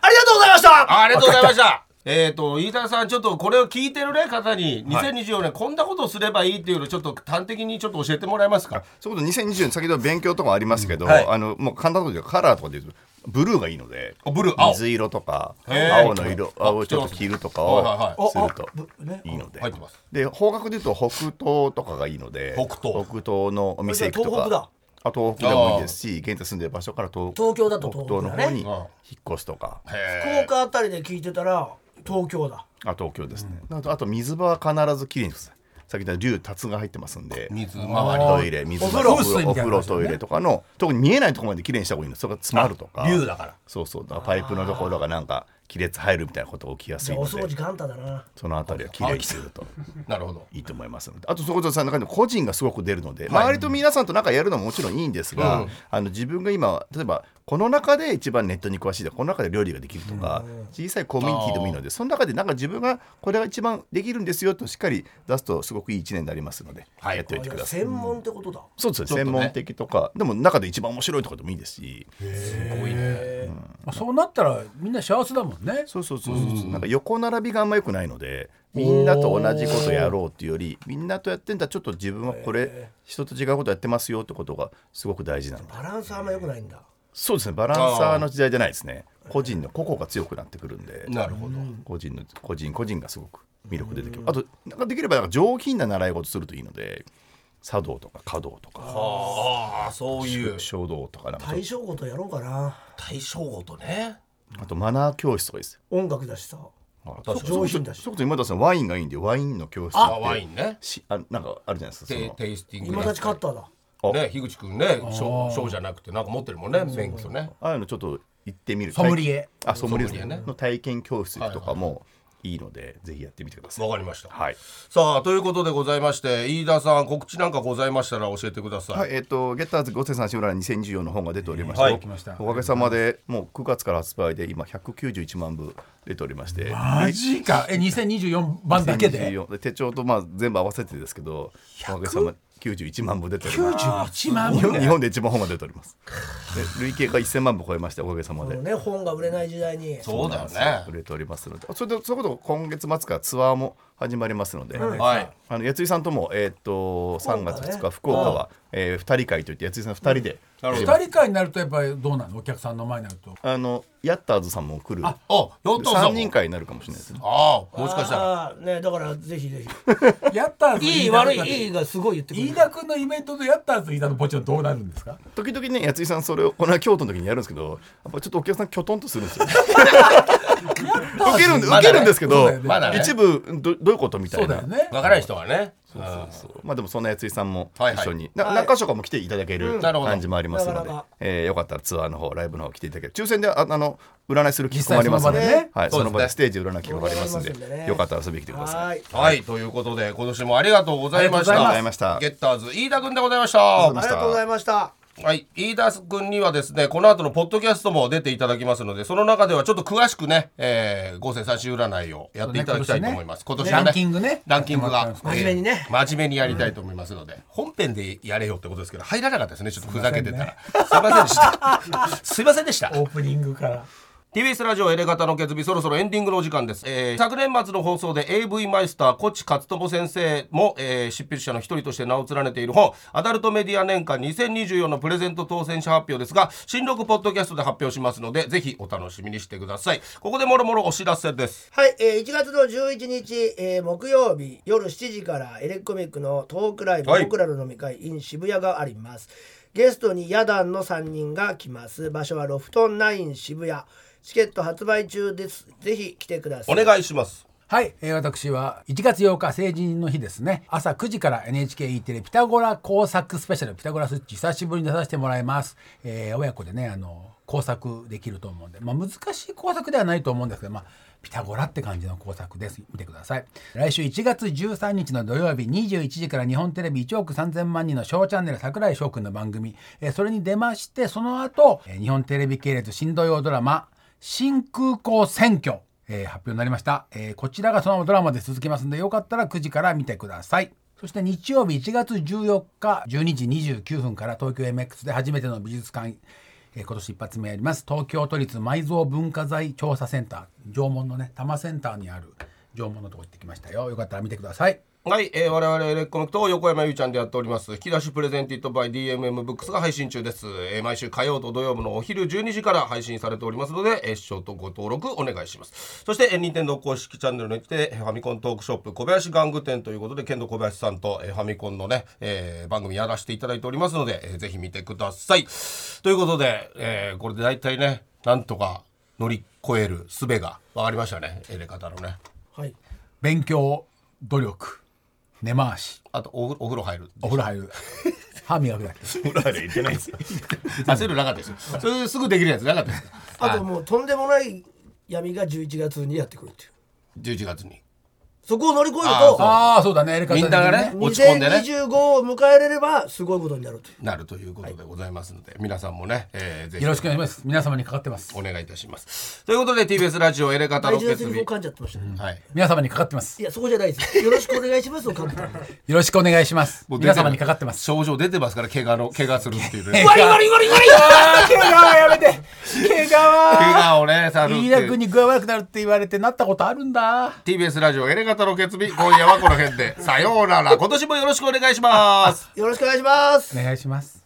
Speaker 1: ありがとうございました
Speaker 2: ありがとうございましたえっ、と飯田さんちょっとこれを聞いてるね方に2024年こんなことをすればいいっていうのをちょっと端的にちょっと教えてもらえますか
Speaker 4: そういうこと2020年先ほど勉強とかありますけど、
Speaker 3: はい
Speaker 4: あのもう簡単なことでカラーとかで言うとブルーがいいので
Speaker 2: あブルー青
Speaker 4: 水色とか
Speaker 2: へー
Speaker 4: 青の色青をちょっと着るとかを
Speaker 2: はいはい
Speaker 1: はい
Speaker 4: すると
Speaker 1: ああぶね
Speaker 4: いいので
Speaker 2: 入ってます
Speaker 4: で方角で言うと北東とかがいいので
Speaker 2: 北東
Speaker 4: 北東のお店行くと
Speaker 1: これじゃ
Speaker 4: かあ東北でもいいですし現在住んでる場所から東
Speaker 1: 東京だと
Speaker 4: 北
Speaker 1: 東
Speaker 4: 東
Speaker 1: 北
Speaker 4: の
Speaker 1: だね
Speaker 4: 方に
Speaker 2: うん
Speaker 4: 引っ越すとか
Speaker 1: 福岡あたりで聞いてたら東京だ
Speaker 4: あ東京ですね、あとあと水場は必ずきれいにするさっき言った竜達が入ってますんで
Speaker 2: 水回り
Speaker 4: トイレ水
Speaker 3: お風呂
Speaker 4: お風呂
Speaker 3: お
Speaker 4: お
Speaker 3: 風
Speaker 4: 風
Speaker 3: 呂
Speaker 4: 呂トイレとかの特に見えないところまできれいにした方がいいんですそれが詰まるとか
Speaker 3: 竜だから
Speaker 4: そうそうだからパイプのところがなんか亀裂入るみたいなことが起きやす
Speaker 1: じ
Speaker 4: い
Speaker 1: ゃあ
Speaker 4: の
Speaker 1: お掃
Speaker 4: で
Speaker 1: 除簡単だな
Speaker 4: そのあたりはきれいにすると
Speaker 2: なるほど
Speaker 4: いいと思いますのであとそこでさんの中でも個人がすごく出るので、周りと皆さんとなんかやるのももちろんいいんですが、あの自分が今例えばこの中で一番ネットに詳しいとかこの中で料理ができるとか、小さいコミュニティでもいいのでその中でなんか自分がこれが一番できるんですよとしっかり出すとすごくいい一年になりますので、やっておいてください。
Speaker 1: 専門ってことだ、
Speaker 4: そうですね専門的とかでも中で一番面白いとかでもいいですし
Speaker 3: まあそうなったらみんな幸せだもんね
Speaker 4: そうそうそうそう、なんか横並びがあんま良くないのでみんなと同じことやろうっていうよりみんなとやってんだちょっと自分はこれ人と違うことやってますよってことがすごく大事なので
Speaker 1: バランスあんま良くないんだ
Speaker 4: そうですねバランサーの時代じゃないですね個人の個々が強くなってくるんで
Speaker 2: なるほど
Speaker 4: 個人の個人個人がすごく魅力出てくるあとなんかできればなんか上品な習い事するといいので茶道とか華道とか
Speaker 2: ああそういう
Speaker 4: 書道とかなんか
Speaker 1: 対象ごとやろうかな
Speaker 2: 対象ごとね
Speaker 4: あとマナー教室とかいいですよ
Speaker 1: 音楽だしさ上品だし
Speaker 4: そういうこと今田さんワインがいいんでワインの教室
Speaker 2: あワインね
Speaker 4: しあなんかあるじゃないですかそ
Speaker 2: テ
Speaker 4: の
Speaker 2: テイスティング
Speaker 1: 今立ちカッターだ
Speaker 4: あ
Speaker 2: ね樋口くんね賞賞じゃなくてなんか持ってるもんね免許ね
Speaker 4: ああいうのちょっと行ってみる
Speaker 3: ソムリエ
Speaker 4: あソムリエです
Speaker 2: ソムリエね
Speaker 4: ねの体験教室とかもいいので、ぜひやってみてください
Speaker 2: わかりました
Speaker 4: はい、
Speaker 2: さあということでございまして飯田さん告知なんかございましたら教えてください、
Speaker 4: はい、えっ、とゲッターズ五千三志村に2014の本が出ておりまして、
Speaker 2: はい
Speaker 4: おかげさまでもう9月から発売で今191万部出ておりまして
Speaker 3: マジかえ2024番だけで
Speaker 4: 2024手帳とまあ全部合わせてですけどおかげさまで91万部出ております
Speaker 3: 91万
Speaker 4: 日
Speaker 3: 部
Speaker 4: 本日本で一番本が出ておりますで累計が1000万部超えましておかげさまで
Speaker 1: もうね本が売れない時代に
Speaker 2: そうだよ
Speaker 4: 売
Speaker 2: ね
Speaker 4: れておりますのでそれでそれこそ今月末からツアーも始まりますので、
Speaker 2: はい
Speaker 4: あのやついさんとも、えーっと3月2日福岡は、えー、2人会といってやついさん2人で、
Speaker 2: なるほど
Speaker 3: 二人会になるとやっぱりどうなのお客さんの前になると
Speaker 4: あのヤッターズさんも来る
Speaker 2: あヨットさんも
Speaker 4: 3人会になるかもしれないですね
Speaker 2: ああもしかしたら
Speaker 1: あーねだからぜひぜ
Speaker 3: やったーず
Speaker 1: ひいい悪いいいがすごい言ってくる
Speaker 3: 飯田君のイベントでやったーず飯田のポチはどうなるんですか
Speaker 4: 時々ねやついさんそれをこの間京都の時にやるんですけどやっぱちょっとお客さんきょとんとするんですよ受けるんで受けるんですけど、
Speaker 3: まだね
Speaker 2: まだね
Speaker 4: 一部どどういうことみた
Speaker 3: そう
Speaker 4: い
Speaker 3: だ
Speaker 4: な
Speaker 3: よね
Speaker 2: わからない人はね
Speaker 4: まあでもそんなやついさんも
Speaker 2: はいはい
Speaker 4: 一緒に、な何箇所かも来ていただける
Speaker 2: なるほど
Speaker 4: 感じもありますので、
Speaker 1: なかなか
Speaker 4: えーよかったらツアーの方ライブの方来ていただける抽選でああの占いする機構もありますので
Speaker 3: 実際その場でね
Speaker 4: はい、
Speaker 2: そうですね
Speaker 4: その場でステージ占い機構がありますんで
Speaker 1: 盛り上がりますんでね
Speaker 4: よかったら遊びに来てください。
Speaker 1: はい
Speaker 2: はいということで今年もありがとうございました
Speaker 3: ありがとうござ
Speaker 4: いました
Speaker 2: ゲッターズ飯田君でございました
Speaker 1: ありがとうございました
Speaker 2: はい、飯田君にはですね、この後のポッドキャストも出ていただきますので、その中ではちょっと詳しくね、えー、五世三種占いをやっていただきたいと思います。
Speaker 3: そう
Speaker 2: 今
Speaker 3: ね
Speaker 2: 年
Speaker 3: 今年ね
Speaker 2: はね
Speaker 3: ランキングね
Speaker 2: ランキ
Speaker 1: 真
Speaker 2: ングが。
Speaker 1: 面目にね
Speaker 2: えー真面目にやりたいと思いますので、本編でやれよってことですけど、入らなかったですね、ちょっとふざけてたら。すいませんでした。すいませんでした。
Speaker 3: オープニングから
Speaker 2: TBS ラジオエレガタの決日そろそろエンディングのお時間です、えー昨年末の放送で AV マイスターコチ勝友先生も、えー執筆者の一人として名を連ねている本「アダルトメディア年間2024」のプレゼント当選者発表ですが新録ポッドキャストで発表しますのでぜひお楽しみにしてくださいここでもろもろお知らせです
Speaker 1: はい、えー1月の11日、えー木曜日夜7時からエレコミックのトークライブ、
Speaker 2: はい
Speaker 1: 僕らの飲み会 in 渋谷がありますゲストにヤダンの3人が来ます場所はロフトン9渋谷チケット発売中ですぜひ来てくださ
Speaker 2: お
Speaker 1: い
Speaker 2: 願いします
Speaker 3: はい、えー私は1月8日成人の日ですね朝9時から NHKE テレ「ピタゴラ工作スペシャル」「ピタゴラスイッチ」久しぶりに出させてもらいます、えー親子でねあの工作できると思うんで、まあ、難しい工作ではないと思うんですけど、まあ、ピタゴラって感じの工作です見てください来週1月13日の土曜日21時から日本テレビ1億3000万人のショーチャンネル桜井翔くんの番組、えーそれに出ましてその後、えー日本テレビ系列新土曜ドラマ新空港選挙、えー発表になりました、えーこちらがそのままドラマで続きますんでよかったら9時から見てくださいそして日曜日1月14日12時29分から東京 MX で初めての美術館えー今年一発目あります東京都立埋蔵文化財調査センター縄文のね多摩センターにある縄文のとこ行ってきましたよよかったら見てください
Speaker 2: はい、えー、我々エレッコのと横山ゆうちゃんでやっております引き出しプレゼンティットバイ DMM ブックスが配信中です、えー毎週火曜と土曜日のお昼12時から配信されておりますので、えー、視聴とご登録お願いしますそして、えー、任天堂公式チャンネルにてえーファミコントークショップ小林玩具店ということで剣道小林さんと、えーファミコンのね、えー番組やらせていただいておりますので、えーぜひ見てくださいということで、えーこれで大体ねなんとか乗り越える術が分かりましたねエレ方のね
Speaker 1: はい。
Speaker 3: 勉強努力根回し
Speaker 2: あとおお風呂入る
Speaker 3: お風呂入る歯磨くだけ
Speaker 4: [LAUGHS] 裏入れ言ってないです。
Speaker 2: [LAUGHS] 焦るなかったですよ。それすぐできるやつなかったですか。
Speaker 1: あともうとんでもない闇が11月にやってくるっていう。
Speaker 2: 11月に。
Speaker 1: そこを乗り越えると、
Speaker 3: ああそうだねエレカタ
Speaker 2: みんながね、落ち込んでね、
Speaker 1: 2025を迎えれればすごいことになるという。
Speaker 2: なるということでございますので、皆さんもね、えーぜひ
Speaker 3: よろしくお願いします皆様にかかってます
Speaker 2: お願いいたします。ということで TBS ラジオエレガタ
Speaker 1: 大
Speaker 2: の
Speaker 1: 事な
Speaker 2: 決
Speaker 1: セリフ
Speaker 2: 日
Speaker 1: を。噛んじゃってましたね。
Speaker 2: はい。
Speaker 3: 皆様にかかってます
Speaker 1: いや、そこじゃないです。よろしくお願いしますを噛んでたんで。
Speaker 3: よろしくお願いします
Speaker 2: もう出る
Speaker 3: 皆様にかかってます
Speaker 2: 症状出てますから、怪我の怪我するっていうね。
Speaker 3: 我々
Speaker 1: ゴリゴリ
Speaker 3: 怪我はやめて怪我
Speaker 2: 怪我をね、さるって
Speaker 3: 飯
Speaker 2: い
Speaker 3: 田君
Speaker 2: う。
Speaker 3: に具合悪くなるって言われてなったことあるんだ
Speaker 2: TBS ラジオエレガタの決日、今夜はこの辺で。さようなら。今年もよろしくお願いします。
Speaker 1: よろしくお願いします
Speaker 3: お。願いします